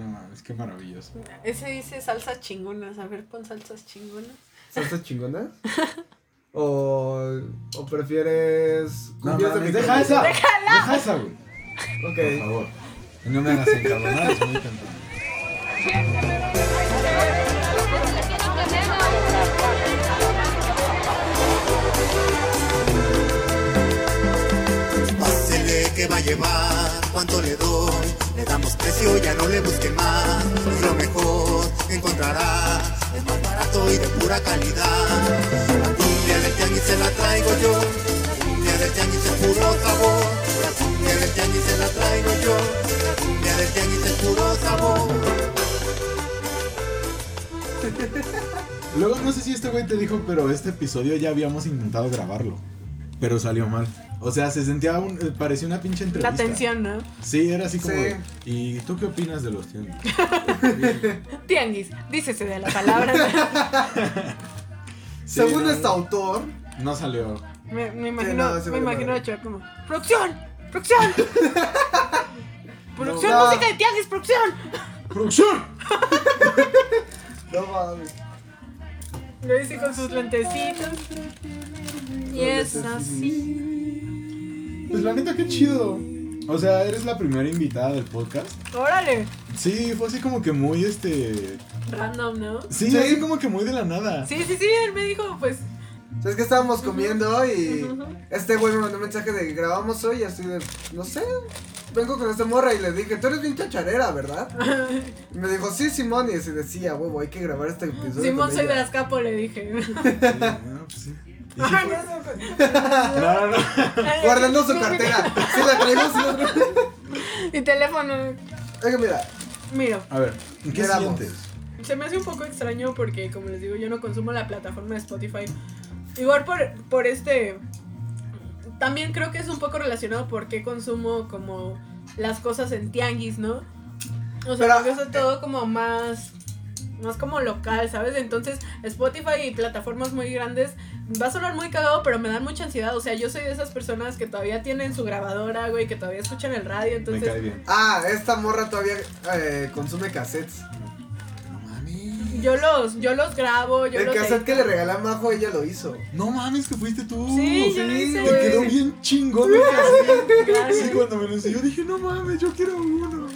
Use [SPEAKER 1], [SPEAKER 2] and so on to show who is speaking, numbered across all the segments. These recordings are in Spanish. [SPEAKER 1] mames, qué maravilloso.
[SPEAKER 2] Ese dice salsa chingonas. A ver, pon salsas chingonas.
[SPEAKER 3] ¿Salsas chingonas? ¿O, o prefieres
[SPEAKER 1] No
[SPEAKER 3] cumbias
[SPEAKER 1] mames,
[SPEAKER 3] de
[SPEAKER 1] deja
[SPEAKER 3] micrófono?
[SPEAKER 1] esa. Deja esa, güey. Por
[SPEAKER 3] Ok.
[SPEAKER 1] favor. No me hagas encabronar, es muy temprano.
[SPEAKER 4] Pásele que va a llevar, cuánto le doy, le damos precio, ya no le busque más, lo mejor encontrará, es más barato y de pura calidad. La cumbia del tianguis se la traigo yo, la cumbia del tianguis es puro sabor, la cumbia del tianguis se la traigo yo, la cumbia del tianguis es puro sabor.
[SPEAKER 1] Luego, no sé si este güey te dijo, pero este episodio ya habíamos intentado grabarlo. Pero salió mal. O sea, se sentía un. eh, Parecía una pinche entrevista.
[SPEAKER 2] La tensión, ¿no?
[SPEAKER 1] Sí, era así como.
[SPEAKER 3] Sí.
[SPEAKER 1] de, ¿Y tú qué opinas de los tianguis?
[SPEAKER 2] Tianguis, dícese de la palabra.
[SPEAKER 1] Sí,
[SPEAKER 3] Según
[SPEAKER 1] no,
[SPEAKER 3] este autor,
[SPEAKER 1] No salió.
[SPEAKER 2] Me, me
[SPEAKER 3] Sí,
[SPEAKER 2] imagino,
[SPEAKER 3] no, ese
[SPEAKER 2] me
[SPEAKER 3] vale
[SPEAKER 2] imagino
[SPEAKER 3] madre.
[SPEAKER 2] a Chua como, ¡Producción! ¡Producción! ¡Producción,
[SPEAKER 3] No.
[SPEAKER 2] música de tianguis, producción!
[SPEAKER 1] ¡Producción!
[SPEAKER 3] no mames.
[SPEAKER 2] Lo dice con sus lentecitos. Y es así.
[SPEAKER 1] Pues la neta, qué chido. O sea, eres la primera invitada del podcast.
[SPEAKER 2] ¡Órale!
[SPEAKER 1] Sí, fue así como que muy este.
[SPEAKER 2] Random, ¿no?
[SPEAKER 1] Sí,
[SPEAKER 3] Sí.
[SPEAKER 1] así como que muy de la nada.
[SPEAKER 2] Sí, sí, sí, él me dijo, pues.
[SPEAKER 3] O sea, es que estábamos comiendo y
[SPEAKER 2] Ujú.
[SPEAKER 3] este güey me mandó un mensaje de que grabamos hoy y así de, no sé, vengo con esta morra y le dije, tú eres bien chacharera, ¿verdad? Y me dijo, sí, Simón, y así decía, huevo, hay que grabar este episodio.
[SPEAKER 2] Simón,
[SPEAKER 3] con
[SPEAKER 2] soy de
[SPEAKER 3] ella".
[SPEAKER 2] Azcapo, le dije.
[SPEAKER 1] Sí, no, pues sí. Y sí
[SPEAKER 2] Ah,
[SPEAKER 1] fue-
[SPEAKER 2] no,
[SPEAKER 1] No, no, no.
[SPEAKER 2] no.
[SPEAKER 3] Guardando su cartera, si la traigo, sí la traigo.
[SPEAKER 2] Mi teléfono.
[SPEAKER 3] Oiga, mira,
[SPEAKER 2] Mira,
[SPEAKER 1] A ver, ¿qué
[SPEAKER 3] ¿Qué damos?
[SPEAKER 1] sientes?
[SPEAKER 2] se me hace un poco extraño porque, como les digo, yo no consumo la plataforma de Spotify. Igual por, por este... También creo que es un poco relacionado porque consumo como las cosas en tianguis, ¿no? O sea,
[SPEAKER 3] Pero-
[SPEAKER 2] porque eso es todo como más... Más como local, ¿sabes? Entonces, Spotify y plataformas muy grandes va a sonar muy cagado, pero me dan mucha ansiedad. O sea, yo soy de esas personas que todavía tienen su grabadora, güey, que todavía escuchan el radio.
[SPEAKER 1] Me
[SPEAKER 2] Entonces,
[SPEAKER 1] cae bien.
[SPEAKER 3] ah, esta morra todavía eh, consume cassettes.
[SPEAKER 1] No mames.
[SPEAKER 2] Yo los, yo los grabo, yo
[SPEAKER 3] El
[SPEAKER 2] los
[SPEAKER 3] cassette
[SPEAKER 2] edito.
[SPEAKER 3] que le regalé a Majo, ella lo hizo.
[SPEAKER 1] No mames, que fuiste tú.
[SPEAKER 2] Sí, yo lo
[SPEAKER 3] Sí,
[SPEAKER 2] hice,
[SPEAKER 1] Te quedó
[SPEAKER 2] güey.
[SPEAKER 1] bien chingón. el cassette.
[SPEAKER 2] Gracias.
[SPEAKER 1] Sí, cuando me lo enseñó dije, no mames, yo quiero uno.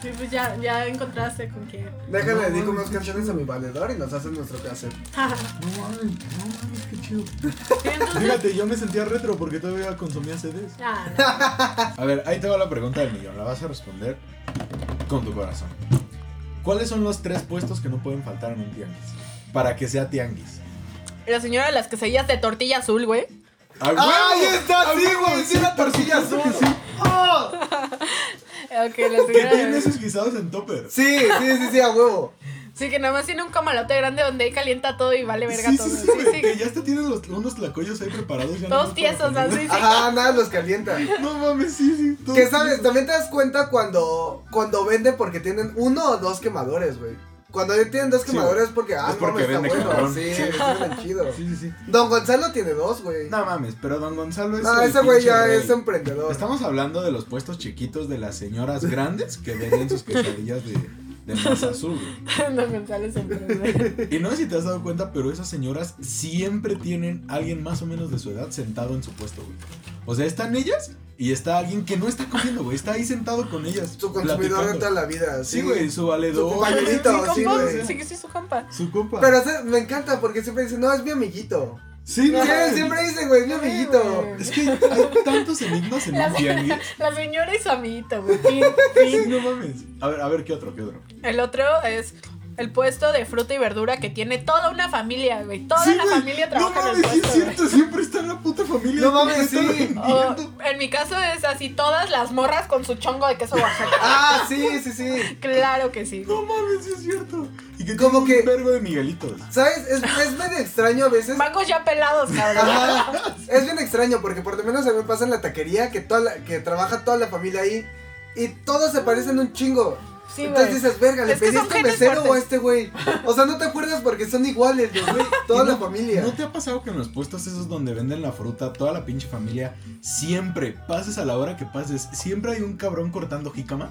[SPEAKER 2] Sí, pues ya, ya encontraste con que.
[SPEAKER 3] Déjale,
[SPEAKER 1] No,
[SPEAKER 3] le dedico
[SPEAKER 1] no,
[SPEAKER 3] unas
[SPEAKER 1] qué
[SPEAKER 3] canciones a mi valedor y nos hacen nuestro cassette.
[SPEAKER 1] No mames, no mames, qué chido.
[SPEAKER 2] Entonces,
[SPEAKER 1] Fíjate, yo me sentía retro porque todavía consumía CDs.
[SPEAKER 2] ah,
[SPEAKER 1] A ver, ahí te va la pregunta del millón. La vas a responder con tu corazón. ¿Cuáles son los tres puestos que no pueden faltar en un tianguis? Para que sea tianguis.
[SPEAKER 2] no. La señora de las quesadillas de tortilla azul, güey.
[SPEAKER 1] ¡Ay,
[SPEAKER 3] ¡Ahí está! ¡Sí, güey! ¡Sí, la tortilla azul! ¡Oh!
[SPEAKER 2] Ok, la
[SPEAKER 1] Que
[SPEAKER 2] señora.
[SPEAKER 1] tiene
[SPEAKER 2] de-
[SPEAKER 1] esos guisados en topper.
[SPEAKER 3] Sí, sí, sí, sí, a huevo.
[SPEAKER 2] Sí, que nada más tiene un camalote grande donde ahí calienta todo y vale verga
[SPEAKER 1] Sí,
[SPEAKER 2] todo.
[SPEAKER 1] sí, sí,
[SPEAKER 2] Sí,
[SPEAKER 1] güey,
[SPEAKER 2] sí.
[SPEAKER 1] que ya hasta tienen los, unos tlacoyos ahí preparados. Ya
[SPEAKER 2] Todos
[SPEAKER 1] nomás para
[SPEAKER 2] tiesos,
[SPEAKER 1] poner.
[SPEAKER 2] así, sí.
[SPEAKER 3] Ajá, nada, los calienta.
[SPEAKER 1] No mames, sí, sí. todos
[SPEAKER 3] Que sabes,
[SPEAKER 1] tiesos.
[SPEAKER 3] también te das cuenta cuando, cuando venden porque tienen uno o dos quemadores, güey. Cuando tienen dos
[SPEAKER 1] Sí,
[SPEAKER 3] quemadores porque, ah,
[SPEAKER 1] Es
[SPEAKER 3] no,
[SPEAKER 1] porque
[SPEAKER 3] está
[SPEAKER 1] vende
[SPEAKER 3] bueno.
[SPEAKER 1] cabrón.
[SPEAKER 3] Sí,
[SPEAKER 1] Sí.
[SPEAKER 3] sí, está chido.
[SPEAKER 1] Sí, sí, sí.
[SPEAKER 3] Don Gonzalo tiene dos, güey. No,
[SPEAKER 1] No mames, pero don Gonzalo es. el
[SPEAKER 3] Ah, ese güey
[SPEAKER 1] pinche
[SPEAKER 3] ya
[SPEAKER 1] rey.
[SPEAKER 3] es emprendedor.
[SPEAKER 1] Estamos hablando de los puestos chiquitos de las señoras grandes que venden sus quesadillas de, de masa azul. güey.
[SPEAKER 2] No me sale sorprender.
[SPEAKER 1] Y no sé si te has dado cuenta, pero esas señoras siempre tienen a alguien más o menos de su edad sentado en su puesto, güey. O sea, están ellas y está alguien que no está comiendo, güey. Está ahí sentado con ellas.
[SPEAKER 3] Su consumidor de
[SPEAKER 1] platicando.
[SPEAKER 3] toda la vida.
[SPEAKER 1] Sí, güey, su
[SPEAKER 3] Su
[SPEAKER 1] valedor.
[SPEAKER 2] Sí,
[SPEAKER 3] compañerito, sí,
[SPEAKER 2] compa,
[SPEAKER 3] güey.
[SPEAKER 2] sí, que sí, su compa.
[SPEAKER 1] Su copa.
[SPEAKER 3] Pero o sea, me encanta porque siempre dicen, no, es mi amiguito.
[SPEAKER 1] sí,
[SPEAKER 3] Sí,
[SPEAKER 1] no mames.
[SPEAKER 3] siempre dicen, güey, es mi
[SPEAKER 2] Sí,
[SPEAKER 3] amiguito.
[SPEAKER 2] güey.
[SPEAKER 1] Es que hay tantos enigmas en
[SPEAKER 2] La
[SPEAKER 1] un
[SPEAKER 2] señora-
[SPEAKER 1] tianguis.
[SPEAKER 2] La señora y su amiguito, güey. Fin, fin.
[SPEAKER 1] Sí, no mames. A ver, a ver, ¿qué otro? ¿Qué otro?
[SPEAKER 2] El otro es el puesto de fruta y verdura que tiene toda una familia, güey. Toda
[SPEAKER 1] Sí,
[SPEAKER 2] la
[SPEAKER 1] güey.
[SPEAKER 2] familia
[SPEAKER 1] No
[SPEAKER 2] trabaja en el
[SPEAKER 1] mames, sí
[SPEAKER 2] puesto.
[SPEAKER 1] es
[SPEAKER 2] güey.
[SPEAKER 1] cierto, siempre está la puta familia.
[SPEAKER 3] No
[SPEAKER 1] ahí
[SPEAKER 3] mames,
[SPEAKER 1] están
[SPEAKER 3] sí.
[SPEAKER 2] O,
[SPEAKER 1] vendiendo.
[SPEAKER 2] en mi caso es así, todas las morras con su chongo de queso Oaxaca.
[SPEAKER 3] Ah, sí, sí, sí.
[SPEAKER 2] claro que sí.
[SPEAKER 1] No mames, sí es cierto. Y que
[SPEAKER 3] Como
[SPEAKER 1] como que
[SPEAKER 3] que-
[SPEAKER 1] un vergo de Miguelitos.
[SPEAKER 3] ¿Sabes? Es, es medio extraño a veces.
[SPEAKER 2] Mangos ya pelados, cabrón.
[SPEAKER 3] Ajá. Es bien extraño porque por lo menos a mí me pasa en la taquería que, toda la- que trabaja toda la familia ahí y todos se parecen un chingo.
[SPEAKER 2] Sí,
[SPEAKER 3] Entonces
[SPEAKER 2] güey.
[SPEAKER 3] dices, verga, ¿le
[SPEAKER 2] Es que son
[SPEAKER 3] pediste al
[SPEAKER 2] genes
[SPEAKER 3] mesero o a
[SPEAKER 2] fuertes.
[SPEAKER 3] este güey? O sea, no te acuerdas porque son iguales, los güey, toda
[SPEAKER 1] Y no-
[SPEAKER 3] la familia.
[SPEAKER 1] ¿No te ha pasado que en los puestos esos donde venden la fruta, toda la pinche familia, siempre, pases a la hora que pases, siempre hay un cabrón cortando jícama?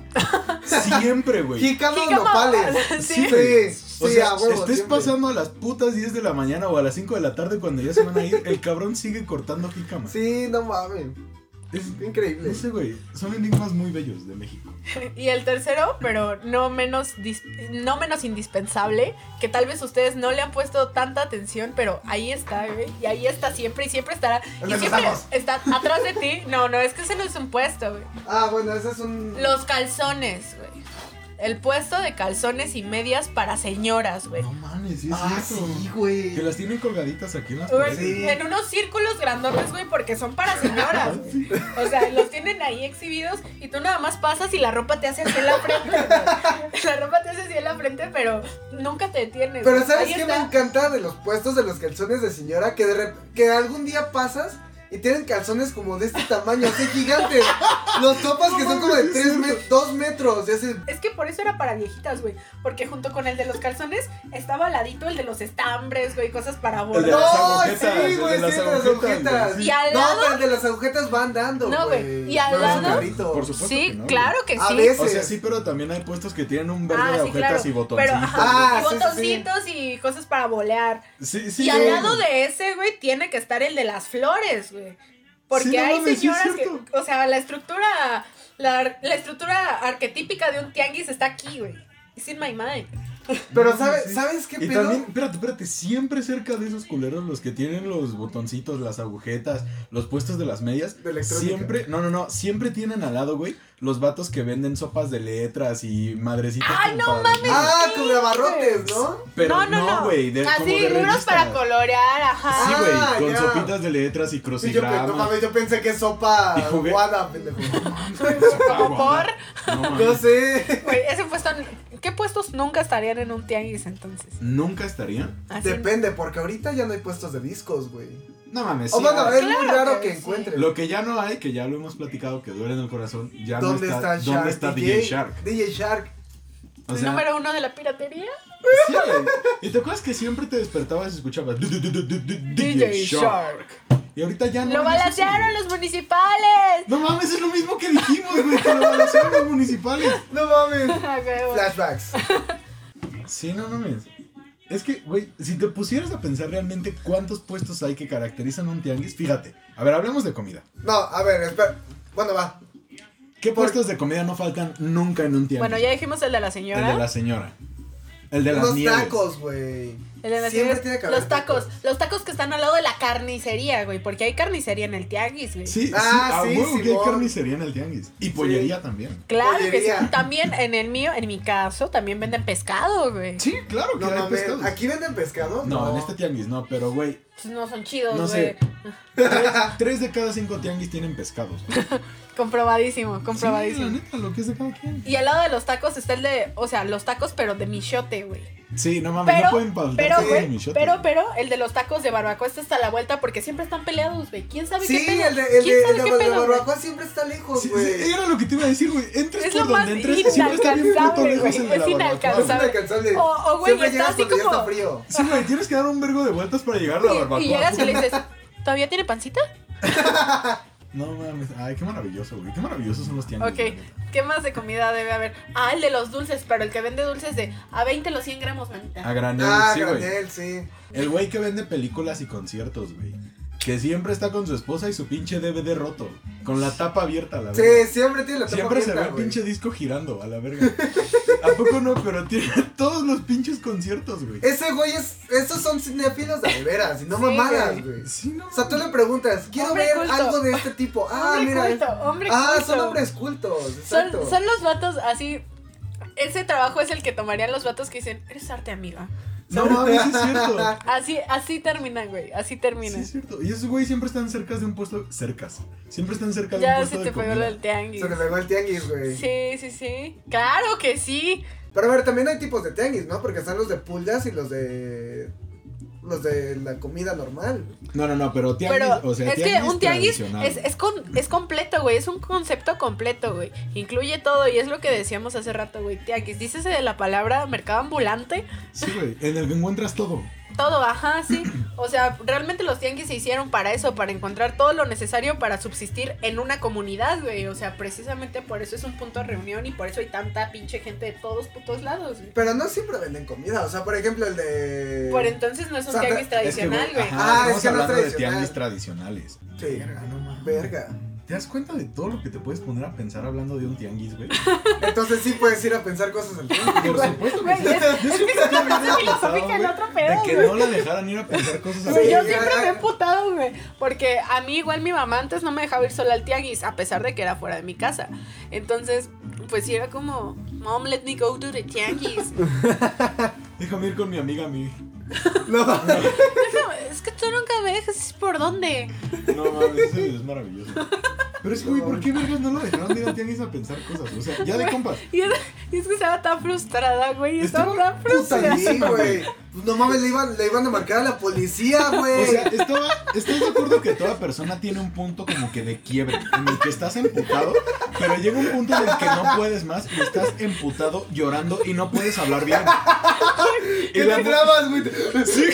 [SPEAKER 1] Siempre, güey.
[SPEAKER 3] Jícama o
[SPEAKER 2] Jícama,
[SPEAKER 3] nopales.
[SPEAKER 2] sí.
[SPEAKER 1] Sí,
[SPEAKER 3] Sí,
[SPEAKER 1] güey.
[SPEAKER 3] sí,
[SPEAKER 1] O sea,
[SPEAKER 3] a huevo,
[SPEAKER 1] estés
[SPEAKER 3] siempre.
[SPEAKER 1] pasando a las putas 10 de la mañana o a las 5 de la tarde cuando ya se van a ir, el cabrón sigue cortando jícama.
[SPEAKER 3] Sí, no mames.
[SPEAKER 1] Es-
[SPEAKER 3] Increíble.
[SPEAKER 1] no sé, güey. Son enigmas muy bellos de México.
[SPEAKER 2] Y el tercero, pero no menos, dis- no menos indispensable, que tal vez ustedes no le han puesto tanta atención, pero ahí está, güey. Y ahí está siempre y siempre estará.
[SPEAKER 3] El
[SPEAKER 2] Y
[SPEAKER 3] de los
[SPEAKER 2] siempre
[SPEAKER 3] amos.
[SPEAKER 2] está atrás de ti. No, no, es que se lo es un puesto, güey.
[SPEAKER 3] Ah, bueno, ese es un.
[SPEAKER 2] Los calzones, güey. El puesto de calzones y medias para señoras, güey.
[SPEAKER 1] No mames, sí es
[SPEAKER 3] Ah,
[SPEAKER 1] cierto.
[SPEAKER 3] sí, güey.
[SPEAKER 1] Que las tienen colgaditas aquí en las
[SPEAKER 2] Güey,
[SPEAKER 1] paredes. Ah,
[SPEAKER 3] Sí.
[SPEAKER 2] En unos círculos grandotes, güey, porque son para señoras. güey. O sea, los tienen ahí exhibidos y tú nada más pasas y la ropa te hace así en la frente. güey. La ropa te hace así en la frente, pero nunca te detienes.
[SPEAKER 3] Pero
[SPEAKER 2] güey.
[SPEAKER 3] ¿sabes
[SPEAKER 2] Ahí
[SPEAKER 3] qué
[SPEAKER 2] está.
[SPEAKER 3] me encanta de los puestos de los calzones de señora? Que de rep- que algún día pasas y tienen calzones como de este tamaño, así gigantes. Los topas que son como de 3 metros, 2 metros. Y así,
[SPEAKER 2] Es que por eso era para viejitas, güey. Porque junto con el de los calzones estaba al ladito el de los estambres, güey, cosas para
[SPEAKER 1] El de
[SPEAKER 2] bordar.
[SPEAKER 1] las
[SPEAKER 3] No,
[SPEAKER 1] agujetas,
[SPEAKER 3] sí,
[SPEAKER 1] el de
[SPEAKER 3] güey,
[SPEAKER 1] las
[SPEAKER 3] sí, de las
[SPEAKER 1] agujetas, güey,
[SPEAKER 3] agujetas.
[SPEAKER 1] sí.
[SPEAKER 2] Y al
[SPEAKER 3] No,
[SPEAKER 2] lado.
[SPEAKER 3] pero el de las agujetas van dando.
[SPEAKER 2] No, güey, y al
[SPEAKER 3] Pero es un
[SPEAKER 2] lado-
[SPEAKER 3] carrito.
[SPEAKER 1] Por Pues supuesto
[SPEAKER 2] Sí,
[SPEAKER 1] que no, güey. Ah,
[SPEAKER 2] claro que
[SPEAKER 3] A
[SPEAKER 2] sí.
[SPEAKER 3] veces.
[SPEAKER 1] O sea, sí, pero también hay puestos que tienen un verde
[SPEAKER 2] Ah,
[SPEAKER 1] de
[SPEAKER 2] sí, claro.
[SPEAKER 1] agujetas y
[SPEAKER 2] Pero,
[SPEAKER 1] botoncitos.
[SPEAKER 2] ajá,
[SPEAKER 3] Ah,
[SPEAKER 2] y
[SPEAKER 3] sí, sí, sí.
[SPEAKER 2] botoncitos y cosas para bolear.
[SPEAKER 1] Sí, sí,
[SPEAKER 2] y al
[SPEAKER 1] güey.
[SPEAKER 2] lado de ese, güey, tiene que estar el de las flores, güey. Porque
[SPEAKER 1] Sí, no
[SPEAKER 2] hay
[SPEAKER 1] mames, sí es
[SPEAKER 2] señoras
[SPEAKER 1] cierto.
[SPEAKER 2] que. O sea, la estructura. La, ar- la estructura arquetípica de un tianguis está aquí, güey. It's in my mind.
[SPEAKER 3] Pero
[SPEAKER 1] Sí,
[SPEAKER 3] ¿sabes,
[SPEAKER 1] sí.
[SPEAKER 3] ¿sabes qué
[SPEAKER 1] Y
[SPEAKER 3] pedo?
[SPEAKER 1] también, espérate, espérate, siempre cerca de esos culeros los que tienen los botoncitos, las agujetas, los puestos de las medias,
[SPEAKER 3] De electrónica.
[SPEAKER 1] siempre, no, no, no, siempre tienen al lado, güey, los vatos que venden sopas de letras y madrecitas.
[SPEAKER 2] ¡Ay,
[SPEAKER 1] como
[SPEAKER 2] no
[SPEAKER 1] para-
[SPEAKER 2] mames!
[SPEAKER 3] Ah,
[SPEAKER 2] Sí,
[SPEAKER 3] con abarrotes, ¿no?
[SPEAKER 1] Pero no, güey, de- como
[SPEAKER 2] Así,
[SPEAKER 1] de
[SPEAKER 2] unos para
[SPEAKER 1] revistas.
[SPEAKER 2] colorear,
[SPEAKER 1] Sí,
[SPEAKER 2] ajá.
[SPEAKER 1] güey,
[SPEAKER 3] Ah,
[SPEAKER 1] con
[SPEAKER 3] ya.
[SPEAKER 1] sopitas de letras y
[SPEAKER 3] Sí, yo, pe- no
[SPEAKER 1] crucigramas.
[SPEAKER 3] mames, yo pensé que sopa
[SPEAKER 1] Y jugué-
[SPEAKER 3] guada, pendejo.
[SPEAKER 2] como por.
[SPEAKER 1] Ah, No mames.
[SPEAKER 3] No sé.
[SPEAKER 2] Güey, ese puesto. ¿Qué puestos nunca estarían en un tianguis entonces?
[SPEAKER 1] ¿Nunca estaría?
[SPEAKER 2] Así.
[SPEAKER 3] Depende, porque ahorita ya no hay puestos de discos, güey.
[SPEAKER 1] No mames.
[SPEAKER 3] O
[SPEAKER 1] sí, ah,
[SPEAKER 3] bueno,
[SPEAKER 1] hay.
[SPEAKER 3] es muy
[SPEAKER 2] Claro
[SPEAKER 3] raro
[SPEAKER 2] que
[SPEAKER 3] que
[SPEAKER 2] sí.
[SPEAKER 3] encuentres.
[SPEAKER 1] Lo que ya no hay, que ya lo hemos platicado, que duele en el corazón, ya
[SPEAKER 3] ¿Dónde
[SPEAKER 1] no
[SPEAKER 3] está
[SPEAKER 1] está,
[SPEAKER 3] Shark?
[SPEAKER 1] ¿dónde está DJ, Shark?
[SPEAKER 3] DJ Shark.
[SPEAKER 1] O
[SPEAKER 2] El
[SPEAKER 1] sea,
[SPEAKER 2] número uno de la piratería.
[SPEAKER 1] sí, güey. Y te acuerdas que siempre te despertabas y escuchabas "Du, du, du, du, du, du,
[SPEAKER 2] DJ Shark.
[SPEAKER 1] Y ahorita ya no. hay
[SPEAKER 2] ¡Lo
[SPEAKER 1] eso,
[SPEAKER 2] balancearon
[SPEAKER 1] güey.
[SPEAKER 2] los municipales!
[SPEAKER 1] No mames, es lo mismo que dijimos, güey, que lo balancearon los municipales.
[SPEAKER 3] No mames.
[SPEAKER 2] Ah, güey.
[SPEAKER 3] Flashbacks.
[SPEAKER 1] Sí, no mames. Es que, güey, si te pusieras a pensar realmente cuántos puestos hay que caracterizan un tianguis, fíjate. A ver, hablemos de comida.
[SPEAKER 3] No, a ver, espera. Bueno, va.
[SPEAKER 1] ¿Qué
[SPEAKER 3] Por-
[SPEAKER 1] puestos de comida no faltan nunca en un tianguis?
[SPEAKER 2] Bueno, ya dijimos el de la
[SPEAKER 1] El
[SPEAKER 2] señora.
[SPEAKER 1] de la señora. El de las
[SPEAKER 3] Unos
[SPEAKER 1] nieves.
[SPEAKER 3] tacos, güey.
[SPEAKER 2] El de la
[SPEAKER 3] Siempre
[SPEAKER 2] señora.
[SPEAKER 3] tiene que haber
[SPEAKER 2] los tacos. Los tacos que están al lado de la carnicería, güey. Porque hay carnicería en el tianguis, güey.
[SPEAKER 1] Sí,
[SPEAKER 3] Ah,
[SPEAKER 1] sí,
[SPEAKER 3] sí,
[SPEAKER 1] a huevo que hay
[SPEAKER 3] Simón.
[SPEAKER 1] carnicería en el tianguis. Y pollería también.
[SPEAKER 2] Claro
[SPEAKER 3] Pollería.
[SPEAKER 2] que sí. También en el mío, en mi caso, también venden pescado, güey.
[SPEAKER 1] Sí, claro que
[SPEAKER 3] No
[SPEAKER 1] hay
[SPEAKER 3] mames.
[SPEAKER 1] pescados.
[SPEAKER 3] ¿Aquí venden pescado?
[SPEAKER 1] No, en este tianguis no, pero güey,
[SPEAKER 2] Pues No son chidos,
[SPEAKER 1] No
[SPEAKER 2] güey.
[SPEAKER 1] sé. tres, Ah, tres de cada cinco tianguis tienen pescados. güey.
[SPEAKER 2] Comprobadísimo,
[SPEAKER 1] Sí, la
[SPEAKER 2] comprobadísimo.
[SPEAKER 1] neta, lo que es de cada quien.
[SPEAKER 2] y al lado de los tacos está el de, o sea, los tacos, pero de michote, güey.
[SPEAKER 1] Sí, no mames,
[SPEAKER 2] Pero,
[SPEAKER 1] no pueden faltar
[SPEAKER 2] pero,
[SPEAKER 1] tacos de
[SPEAKER 2] güey,
[SPEAKER 1] michote.
[SPEAKER 2] pero, pero, el de los tacos de barbacoa está hasta la vuelta porque siempre están peleados, güey. ¿Quién sabe
[SPEAKER 3] Sí,
[SPEAKER 2] qué pedo?
[SPEAKER 3] el de,
[SPEAKER 2] ¿Quién
[SPEAKER 3] el de,
[SPEAKER 2] sabe
[SPEAKER 3] el de,
[SPEAKER 2] qué
[SPEAKER 3] el de
[SPEAKER 2] pedo, güey?
[SPEAKER 3] barbacoa siempre está lejos,
[SPEAKER 1] Sí,
[SPEAKER 3] güey.
[SPEAKER 1] sí, era lo que te iba a decir, güey. Entres
[SPEAKER 2] Es
[SPEAKER 1] por
[SPEAKER 2] lo más
[SPEAKER 1] donde entres, siempre está bien puto
[SPEAKER 2] inalcanzable,
[SPEAKER 1] lejos
[SPEAKER 2] güey,
[SPEAKER 1] el de la
[SPEAKER 2] es
[SPEAKER 1] barbacoa.
[SPEAKER 3] es
[SPEAKER 1] güey.
[SPEAKER 3] inalcanzable.
[SPEAKER 2] O- o, güey,
[SPEAKER 3] siempre
[SPEAKER 2] está
[SPEAKER 3] llegas
[SPEAKER 2] así
[SPEAKER 3] cuando ya
[SPEAKER 2] como-
[SPEAKER 3] está frío.
[SPEAKER 1] Sí, güey, tienes que dar un vergo de vueltas para llegar a la barbacoa.
[SPEAKER 2] Y, y llegas y le dices, ¿todavía tiene pancita?
[SPEAKER 1] No mames, ay, qué maravilloso, güey. Qué maravillosos son los tianguis.
[SPEAKER 2] Ok,
[SPEAKER 1] la neta.
[SPEAKER 2] ¿qué más de comida debe haber? Ah, el de los dulces, pero el que vende dulces de a 20 los 100 gramos,
[SPEAKER 1] A
[SPEAKER 2] manita.
[SPEAKER 1] granel,
[SPEAKER 3] Ah,
[SPEAKER 1] sí, güey.
[SPEAKER 3] granel, sí.
[SPEAKER 1] El güey que vende películas y conciertos, güey. Que siempre está con su esposa y su pinche DVD roto. Con la tapa abierta, a la
[SPEAKER 3] Sí,
[SPEAKER 1] verga.
[SPEAKER 3] siempre tiene la tapa
[SPEAKER 1] Siempre se ve
[SPEAKER 3] abierta,
[SPEAKER 1] el
[SPEAKER 3] güey.
[SPEAKER 1] pinche disco girando, a la verga. ¿A poco no? Pero tiene todos los pinches conciertos, güey.
[SPEAKER 3] Ese güey es. Esos son cinefilos de veras, y no
[SPEAKER 2] Sí, güey.
[SPEAKER 3] mamadas, güey.
[SPEAKER 1] Sí, no.
[SPEAKER 3] O sea, tú
[SPEAKER 1] mames.
[SPEAKER 3] le preguntas, quiero
[SPEAKER 2] Hombre
[SPEAKER 3] ver
[SPEAKER 2] culto.
[SPEAKER 3] algo de este tipo. Ah,
[SPEAKER 2] hombre
[SPEAKER 3] mira.
[SPEAKER 2] culto, hombre
[SPEAKER 3] ah,
[SPEAKER 2] culto.
[SPEAKER 3] son hombres cultos.
[SPEAKER 2] son,
[SPEAKER 3] Exacto.
[SPEAKER 2] son los vatos así. Ese trabajo es el que tomarían los vatos que dicen, eres arte, amiga.
[SPEAKER 1] No mames, es cierto.
[SPEAKER 2] Así, así terminan, güey. Así
[SPEAKER 1] Sí,
[SPEAKER 2] terminan.
[SPEAKER 1] es cierto. Y esos güey siempre están cerca de un puesto. Cercas. Siempre están cerca de un
[SPEAKER 2] ya
[SPEAKER 1] puesto
[SPEAKER 2] se
[SPEAKER 1] de
[SPEAKER 2] te pegó
[SPEAKER 1] comida.
[SPEAKER 2] lo del tianguis.
[SPEAKER 3] Se le pegó el tianguis, güey.
[SPEAKER 2] Sí, sí, sí. Claro que sí.
[SPEAKER 3] Pero a ver, también hay tipos de tianguis, ¿no? Porque están los de pulgas y los de. los de la comida normal.
[SPEAKER 1] No, no, no, pero tianguis,
[SPEAKER 2] Pero
[SPEAKER 1] o sea,
[SPEAKER 2] es que un tianguis
[SPEAKER 1] tradicional.
[SPEAKER 2] es, es, con- es completo, güey. Es un concepto completo, güey. Incluye todo y es lo que decíamos hace rato, güey. Tianguis, dícese de la palabra mercado ambulante.
[SPEAKER 1] Sí, güey, en el que encuentras todo.
[SPEAKER 2] Todo, ajá, sí. O sea, realmente los tianguis se hicieron para eso, para encontrar todo lo necesario para subsistir en una comunidad, güey. O sea, precisamente por eso es un punto de reunión y por eso hay tanta pinche gente de todos putos lados, güey.
[SPEAKER 3] Pero no siempre venden comida. O sea, por ejemplo, el de.
[SPEAKER 2] Por entonces no es un
[SPEAKER 3] O sea,
[SPEAKER 2] tianguis
[SPEAKER 1] Es que,
[SPEAKER 2] tradicional, güey.
[SPEAKER 1] ajá, estamos
[SPEAKER 3] Ah, es que no es
[SPEAKER 1] hablando de
[SPEAKER 3] tradicional.
[SPEAKER 1] tianguis tradicionales.
[SPEAKER 3] Sí,
[SPEAKER 1] Verga, no mames.
[SPEAKER 3] verga.
[SPEAKER 1] ¿Te das cuenta de todo lo que te puedes poner a pensar hablando de un tianguis, güey?
[SPEAKER 3] Entonces sí puedes ir a pensar cosas al tianguis.
[SPEAKER 1] Por supuesto que
[SPEAKER 2] Güey,
[SPEAKER 1] sí.
[SPEAKER 2] es-
[SPEAKER 1] Yo siempre me hubiera pasado,
[SPEAKER 2] filosófica el
[SPEAKER 1] güey,
[SPEAKER 2] otro pedo,
[SPEAKER 1] De que
[SPEAKER 2] güey.
[SPEAKER 1] no la dejaran ir a pensar cosas
[SPEAKER 2] Güey,
[SPEAKER 1] así.
[SPEAKER 2] yo
[SPEAKER 3] Sí,
[SPEAKER 2] siempre
[SPEAKER 3] ya.
[SPEAKER 2] me he emputado, güey. Porque a mí, igual, mi mamá antes no me dejaba ir sola al tianguis, a pesar de que era fuera de mi casa. Entonces, pues sí era como, Mom, let me go to the tianguis.
[SPEAKER 1] Déjame ir con mi amiga, mi.
[SPEAKER 3] No,
[SPEAKER 2] No, es que tú nunca me dejas por dónde.
[SPEAKER 1] No mames, ese video es maravilloso. Pero es que, güey,
[SPEAKER 3] No,
[SPEAKER 1] ¿por qué vergas no lo dejaron de ir al tianguis a pensar cosas? O sea, ya de compas.
[SPEAKER 2] Y es, y es que estaba tan frustrada, güey. Estaba
[SPEAKER 1] Estaba
[SPEAKER 2] tan
[SPEAKER 3] puta,
[SPEAKER 2] frustrada.
[SPEAKER 3] sí, güey. Pues No mames, le iban, le iban a marcar a la policía, güey.
[SPEAKER 1] O sea, estaba, ¿estás de acuerdo que toda persona tiene un punto como que de quiebre? En el que estás emputado, pero llega un punto en el que no puedes más y estás emputado, llorando y no puedes hablar bien. Y
[SPEAKER 3] ¿Qué
[SPEAKER 1] la,
[SPEAKER 3] te
[SPEAKER 1] mo-
[SPEAKER 3] trabas, güey?
[SPEAKER 1] sí.